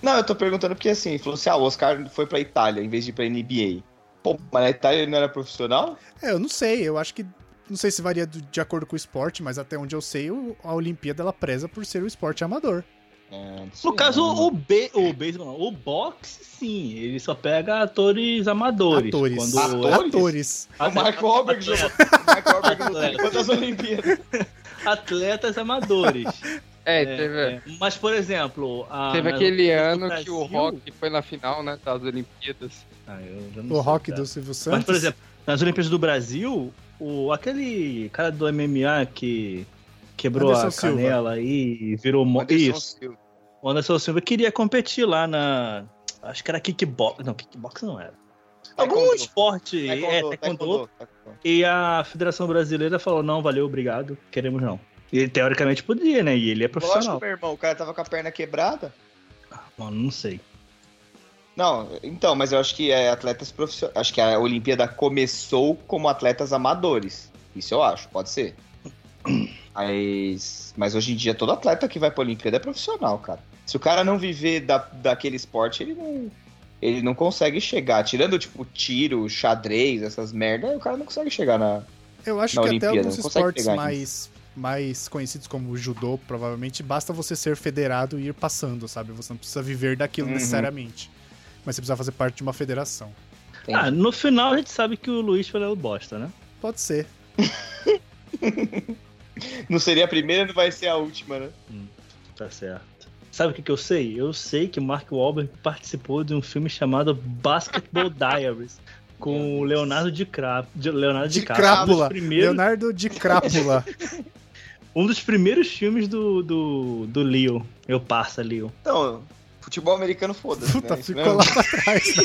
Speaker 2: Não, eu tô perguntando porque assim, falou assim: ah, o Oscar foi pra Itália em vez de ir pra NBA. Pô, mas na Itália ele não era profissional?
Speaker 1: É, eu não sei, eu acho que. Não sei se varia do- de acordo com o esporte, mas até onde eu sei, o- a Olimpíada ela preza por ser o esporte amador.
Speaker 2: É, não sei
Speaker 4: No caso,
Speaker 2: não.
Speaker 4: o, be, o beisebol não, o boxe sim, ele só pega atores é amadores.
Speaker 1: Atores. Ah,
Speaker 4: Quando- é
Speaker 2: Atores?
Speaker 1: Atores.
Speaker 2: Ah, o Mark Wahlberg jogou. O Mark Wahlberg
Speaker 4: *laughs*
Speaker 2: não
Speaker 4: Atleta.
Speaker 2: é quantas Olimpíadas.
Speaker 4: Atletas amadores.
Speaker 3: *laughs* É,
Speaker 4: É,
Speaker 3: teve,
Speaker 4: é. Mas, por exemplo... a-
Speaker 3: teve
Speaker 4: nas
Speaker 3: aquele
Speaker 4: Olimpíadas do
Speaker 3: ano que o
Speaker 4: Brasil-
Speaker 3: Rock foi na final, né, das Olimpíadas.
Speaker 4: Ah, eu já não
Speaker 1: O
Speaker 4: sei,
Speaker 1: rock
Speaker 4: cara.
Speaker 1: do Silvio Santos.
Speaker 4: Mas, por exemplo, nas Olimpíadas do Brasil, o, aquele cara do MMA que quebrou
Speaker 1: Anderson
Speaker 4: a
Speaker 1: Silva.
Speaker 4: canela aí e virou... mo-
Speaker 2: Anderson
Speaker 4: Isso,
Speaker 2: Silva.
Speaker 4: o Anderson Silva queria competir lá na... Acho que era kickbox. Não, kickbox não era. Algum
Speaker 2: Taekwondo.
Speaker 4: esporte, é,
Speaker 2: Taekwondo,
Speaker 4: taekwondo.
Speaker 2: taekwondo, taekwondo.
Speaker 4: E a Federação Brasileira falou, não, valeu, obrigado, queremos não. E teoricamente podia, né? E ele é
Speaker 2: Lógico,
Speaker 4: profissional.
Speaker 2: meu irmão, o cara tava com a perna quebrada.
Speaker 4: Mano, não sei.
Speaker 2: Não, então, mas eu acho que é atletas profissionais. Acho que a Olimpíada começou como atletas amadores. Isso eu acho, pode *clears throat* ser. Mas, mas hoje em dia todo atleta que vai pra Olimpíada é profissional, cara. Se o cara não viver da, daquele esporte, ele não, ele não consegue chegar. Tirando, tipo, tiro, xadrez, essas merdas, o cara não consegue chegar na.
Speaker 1: Eu acho
Speaker 2: Na
Speaker 1: que
Speaker 2: Olimpíada,
Speaker 1: até alguns
Speaker 2: não consegue
Speaker 1: esportes
Speaker 2: pegar
Speaker 1: mais, mais conhecidos como o judô, provavelmente, basta você ser federado e ir passando, sabe? Você não precisa viver daquilo
Speaker 2: Uhum.
Speaker 1: necessariamente. Mas você precisa fazer parte de uma federação.
Speaker 2: Entendi.
Speaker 4: Ah, no final a gente sabe que o Luiz foi o bosta, né?
Speaker 1: Pode ser.
Speaker 2: Não seria a primeira, não vai ser a última, né?
Speaker 4: Tá certo. Sabe o que, que eu sei? Eu sei que Mark Wahlberg participou de um filme
Speaker 1: *laughs*
Speaker 4: chamado Basketball Diaries com o Leonardo DiCaprio. Leonardo
Speaker 1: De
Speaker 4: DiCaprio. um dos
Speaker 1: crápula.
Speaker 4: primeiros-
Speaker 1: Leonardo de
Speaker 4: *laughs*
Speaker 1: Crápula.
Speaker 4: Um dos primeiros filmes do, do, do Leo. Eu passa, Leo.
Speaker 2: Então, futebol americano, foda-se.
Speaker 1: Puta,
Speaker 2: né? Isso
Speaker 1: ficou
Speaker 2: mesmo.
Speaker 1: lá pra trás. né?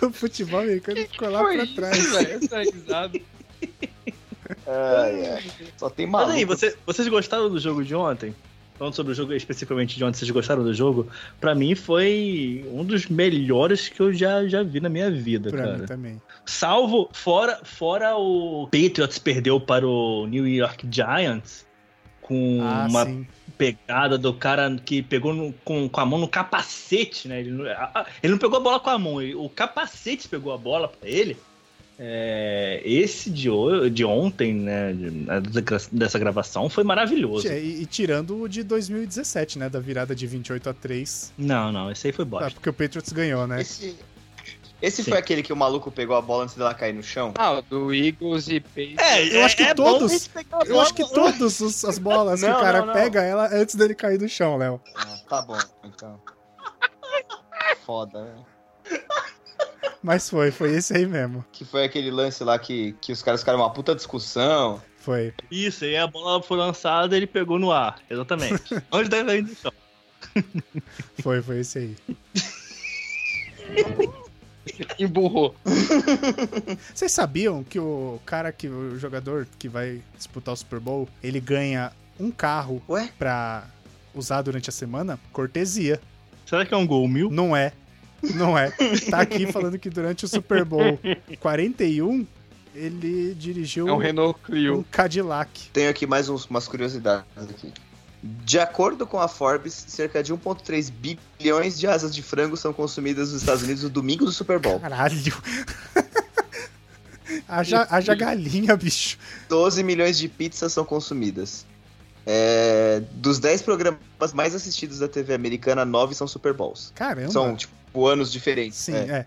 Speaker 1: *laughs* o futebol americano ficou lá
Speaker 3: Foi
Speaker 1: pra
Speaker 3: isso,
Speaker 1: trás.
Speaker 3: *laughs* velho, essa é risada.
Speaker 2: Ai, ai. É, Só tem
Speaker 4: Mas
Speaker 2: maluco.
Speaker 4: aí, você- vocês gostaram do jogo de ontem? Falando sobre o jogo especificamente de ontem, vocês gostaram do jogo? Pra mim foi um dos melhores que eu já, já vi na minha vida,
Speaker 1: Pra
Speaker 4: cara.
Speaker 1: mim também.
Speaker 4: Salvo fora, fora o Patriots perdeu para o New York Giants com
Speaker 1: Ah,
Speaker 4: uma
Speaker 1: sim.
Speaker 4: pegada do cara que pegou no- com, com a mão no capacete, né? Ele, não- a- a- ele não pegou a bola com a mão, ele- o capacete pegou a bola pra ele. É, esse de, ho- de ontem, né? de- da- dessa gravação foi maravilhoso.
Speaker 1: E, e tirando o de 2017, né? Da virada de 28 a 3.
Speaker 4: Não, não, esse aí foi bosta.
Speaker 1: Ah, porque o Patriots ganhou, né?
Speaker 2: Esse, esse
Speaker 4: Sim.
Speaker 2: foi aquele que o maluco pegou a bola antes dela cair no chão?
Speaker 3: Ah, o do Eagles e Patriots.
Speaker 1: Tá. eu acho que
Speaker 4: É, bom
Speaker 1: todos-
Speaker 4: esse pegar a
Speaker 1: Eu acho
Speaker 4: bola-
Speaker 1: que todas os- as bolas que
Speaker 2: Não,
Speaker 1: o cara
Speaker 2: não, não.
Speaker 1: pega, ela é antes dele cair no chão, Léo.
Speaker 2: Ah, tá bom, então. Foda, né?
Speaker 1: Mas foi, foi esse aí mesmo.
Speaker 2: Que foi aquele lance lá que, que os caras ficaram uma puta discussão.
Speaker 1: Foi.
Speaker 4: Isso, aí a bola foi lançada ele pegou no ar.
Speaker 1: *laughs*
Speaker 4: Exatamente. Onde deve cair no chão.
Speaker 1: Foi, foi esse aí.
Speaker 3: Emburrou.
Speaker 1: Vocês sabiam que o cara que o jogador que vai disputar o Super Bowl, ele ganha um carro
Speaker 2: Ué?
Speaker 1: pra usar durante a semana? Cortesia.
Speaker 4: Será que é um gol mil?
Speaker 1: Não é. Não é. Tá aqui falando que durante o Super Bowl 41, ele dirigiu
Speaker 3: É um Renault
Speaker 1: um
Speaker 3: Clio.
Speaker 1: Cadillac.
Speaker 2: Tenho aqui mais uns- umas curiosidades aqui. De acordo com a Forbes, cerca de 1,3 bilhões de asas de frango são consumidas nos Estados Unidos no domingo do Super Bowl.
Speaker 1: Caralho. *laughs* haja, haja galinha, bicho.
Speaker 2: 12 milhões de pizzas são consumidas. É, dos 10 programas mais assistidos da TV americana, 9 são Super Bowls.
Speaker 1: Caramba.
Speaker 2: São, tipo, anos diferentes.
Speaker 1: Sim,
Speaker 2: é.
Speaker 1: é.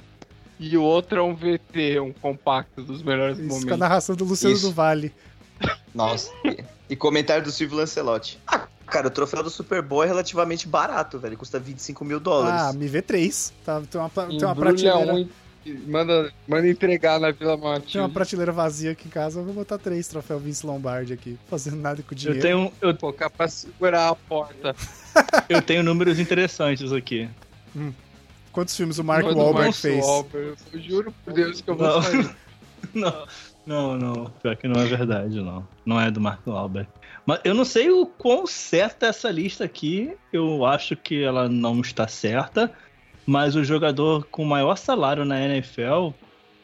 Speaker 3: E o outro é um VT, um compacto dos melhores
Speaker 1: Isso com a
Speaker 3: momentos.
Speaker 1: narração do Luciano
Speaker 2: Isso.
Speaker 1: do Vale.
Speaker 2: Nossa. e- e comentário do Silvio Lancelotti. Ah, cara, o troféu do Super Bowl é relativamente barato, velho. Custa 25 mil
Speaker 1: Ah,
Speaker 2: dólares.
Speaker 1: me V3. Tá, tem uma, pla- tem uma
Speaker 3: Embrulha
Speaker 1: prateleira.
Speaker 3: um e manda, manda entregar na Vila
Speaker 1: Tem uma
Speaker 3: Matilde.
Speaker 1: prateleira vazia aqui em casa, eu vou botar três troféu Vince Lombardi aqui, fazendo nada com o
Speaker 4: Eu
Speaker 1: dinheiro.
Speaker 4: tenho, eu,
Speaker 3: Colocar pra segurar a porta.
Speaker 4: eu tenho números interessantes aqui.
Speaker 1: Quantos filmes o Mark
Speaker 3: Quando
Speaker 1: Wahlberg
Speaker 3: Mark
Speaker 1: fez?
Speaker 3: Wahlberg, eu juro por Deus que eu vou
Speaker 4: Não.
Speaker 3: sair.
Speaker 4: *laughs* Não, não, não. Pior que não é verdade, não. Não é do Mark Wahlberg. Mas eu não sei o quão certa é essa lista aqui. Eu acho que ela não está certa. Mas o jogador com maior salário na NFL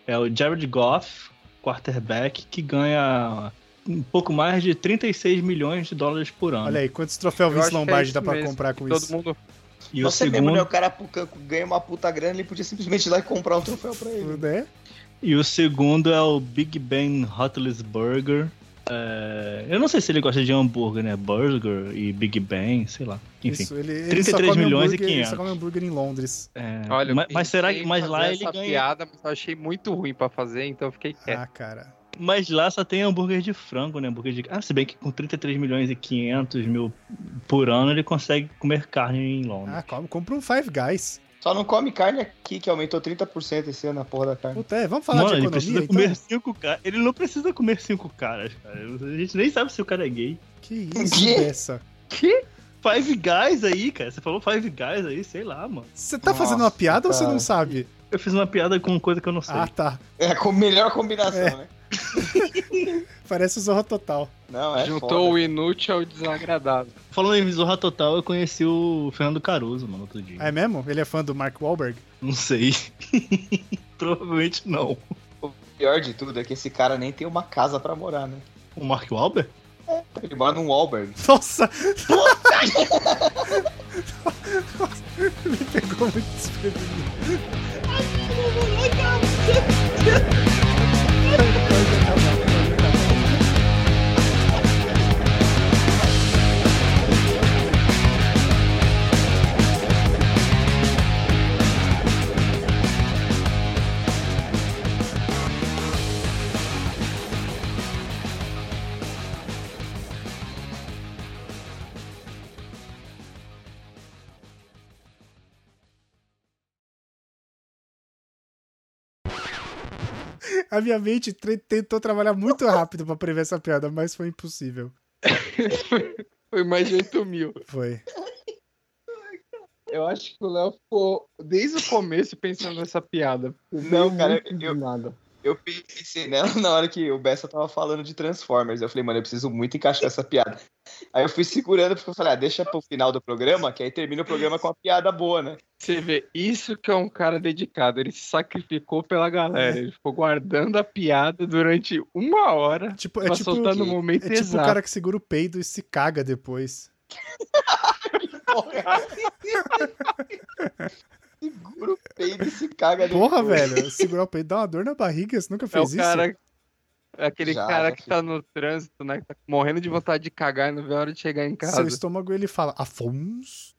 Speaker 4: é o Jared Goff, quarterback, que ganha um pouco mais de 36 milhões de dólares por ano.
Speaker 1: Olha aí, quantos troféus
Speaker 3: Eu acho
Speaker 1: Vince
Speaker 3: que é
Speaker 1: Lombardi
Speaker 3: isso
Speaker 1: dá pra
Speaker 3: mesmo,
Speaker 1: comprar *laughs* com
Speaker 3: Todo
Speaker 1: isso?
Speaker 3: mundo.
Speaker 4: e o
Speaker 2: Você mesmo,
Speaker 4: segundo,
Speaker 2: né? O cara puca- ganha uma puta grana, ele podia simplesmente ir lá e comprar um troféu pra ele.
Speaker 1: Né?
Speaker 4: e o segundo é o Big Ben Roethlisberger. É, eu não sei se ele gosta de hambúrguer, né? Burger e Big Ben, sei lá. Enfim.
Speaker 1: Isso, ele, ele só
Speaker 4: 33
Speaker 1: come
Speaker 4: milhões e
Speaker 1: hambúrguer- Ele só
Speaker 4: 500.
Speaker 1: come hambúrguer em Londres.
Speaker 4: É,
Speaker 3: Olha, eu
Speaker 4: mas, mas será que
Speaker 3: pensei em
Speaker 4: mas lá
Speaker 3: fazer
Speaker 4: ele
Speaker 3: essa
Speaker 4: ganha?
Speaker 3: piada, mas eu achei muito ruim pra fazer, então eu fiquei quieto.
Speaker 1: Ah, cara.
Speaker 4: Mas lá só tem hambúrguer de frango, né? Hambúrguer de... Ah, se bem que com 33 milhões e 500 mil por ano ele consegue comer carne em Londres.
Speaker 1: Ah, come, compra um Five Guys.
Speaker 2: Só não come carne aqui, que aumentou 30% esse ano a porra da carne.
Speaker 1: Puta, é, vamos falar de
Speaker 4: Mano, ele
Speaker 1: economia,
Speaker 4: precisa
Speaker 1: então?
Speaker 4: comer cinco caras. Ele não precisa comer cinco caras, cara. A gente nem sabe se o cara é gay.
Speaker 1: Que isso
Speaker 2: Quê?
Speaker 1: dessa?
Speaker 4: Five Guys aí, cara. Você falou Five Guys aí, sei lá, mano.
Speaker 1: Você tá fazendo uma
Speaker 2: Nossa,
Speaker 1: piada ou você
Speaker 2: cara.
Speaker 1: não sabe?
Speaker 4: Eu fiz uma piada com coisa que eu não sei.
Speaker 1: Ah, tá.
Speaker 2: É a co- melhor combinação,
Speaker 4: É.
Speaker 2: né?
Speaker 1: Parece o Zorro Total.
Speaker 2: Não, é
Speaker 3: Juntou
Speaker 2: foda.
Speaker 3: o inútil ao desagradável.
Speaker 4: Falando em Zorra Total, eu conheci o Fernando Caruso, mano, outro dia.
Speaker 1: É mesmo? Ele é fã do Mark Wahlberg? *laughs*
Speaker 4: Não sei. *laughs* Provavelmente não.
Speaker 2: O pior de tudo é que esse cara nem tem uma casa pra morar, né?
Speaker 4: O Mark Wahlberg?
Speaker 2: Ele mora num Wahlberg.
Speaker 1: Nossa! *laughs* Me pegou muito desprevenido. A minha mente tre- tentou trabalhar muito rápido pra prever essa piada, mas foi impossível.
Speaker 3: Foi mais de 8 mil.
Speaker 1: Foi.
Speaker 3: *laughs* Eu acho que o Léo ficou desde o começo pensando nessa piada.
Speaker 2: Não, cara,
Speaker 3: entendi
Speaker 2: eu-
Speaker 3: nada.
Speaker 2: Eu pensei nela na hora que o Bessa tava falando de Transformers. Eu falei, mano, eu preciso muito encaixar essa piada. Aí eu fui segurando, porque eu falei, ah, deixa pro final do programa, que aí termina o programa com uma piada boa, né?
Speaker 3: Você vê, isso que é um cara dedicado. Ele se sacrificou pela galera. Ele ficou guardando a piada durante uma hora
Speaker 1: Tipo, é
Speaker 3: pra
Speaker 1: tipo,
Speaker 3: soltar no
Speaker 1: é
Speaker 3: momento
Speaker 1: tipo o
Speaker 3: exato.
Speaker 1: cara que segura o peido e se caga depois.
Speaker 2: Segura o peito e se caga depois.
Speaker 1: Porra, velho. Segurar o peido dá uma dor na barriga. Você nunca
Speaker 3: É
Speaker 1: fez
Speaker 3: o
Speaker 1: isso?
Speaker 3: cara. é Aquele
Speaker 2: Já,
Speaker 3: cara
Speaker 2: já
Speaker 3: que
Speaker 2: fiz.
Speaker 3: tá no trânsito, né? Que tá morrendo de vontade de cagar e não vê a hora de chegar em
Speaker 1: Seu
Speaker 3: casa.
Speaker 1: estômago, ele fala, Afonso?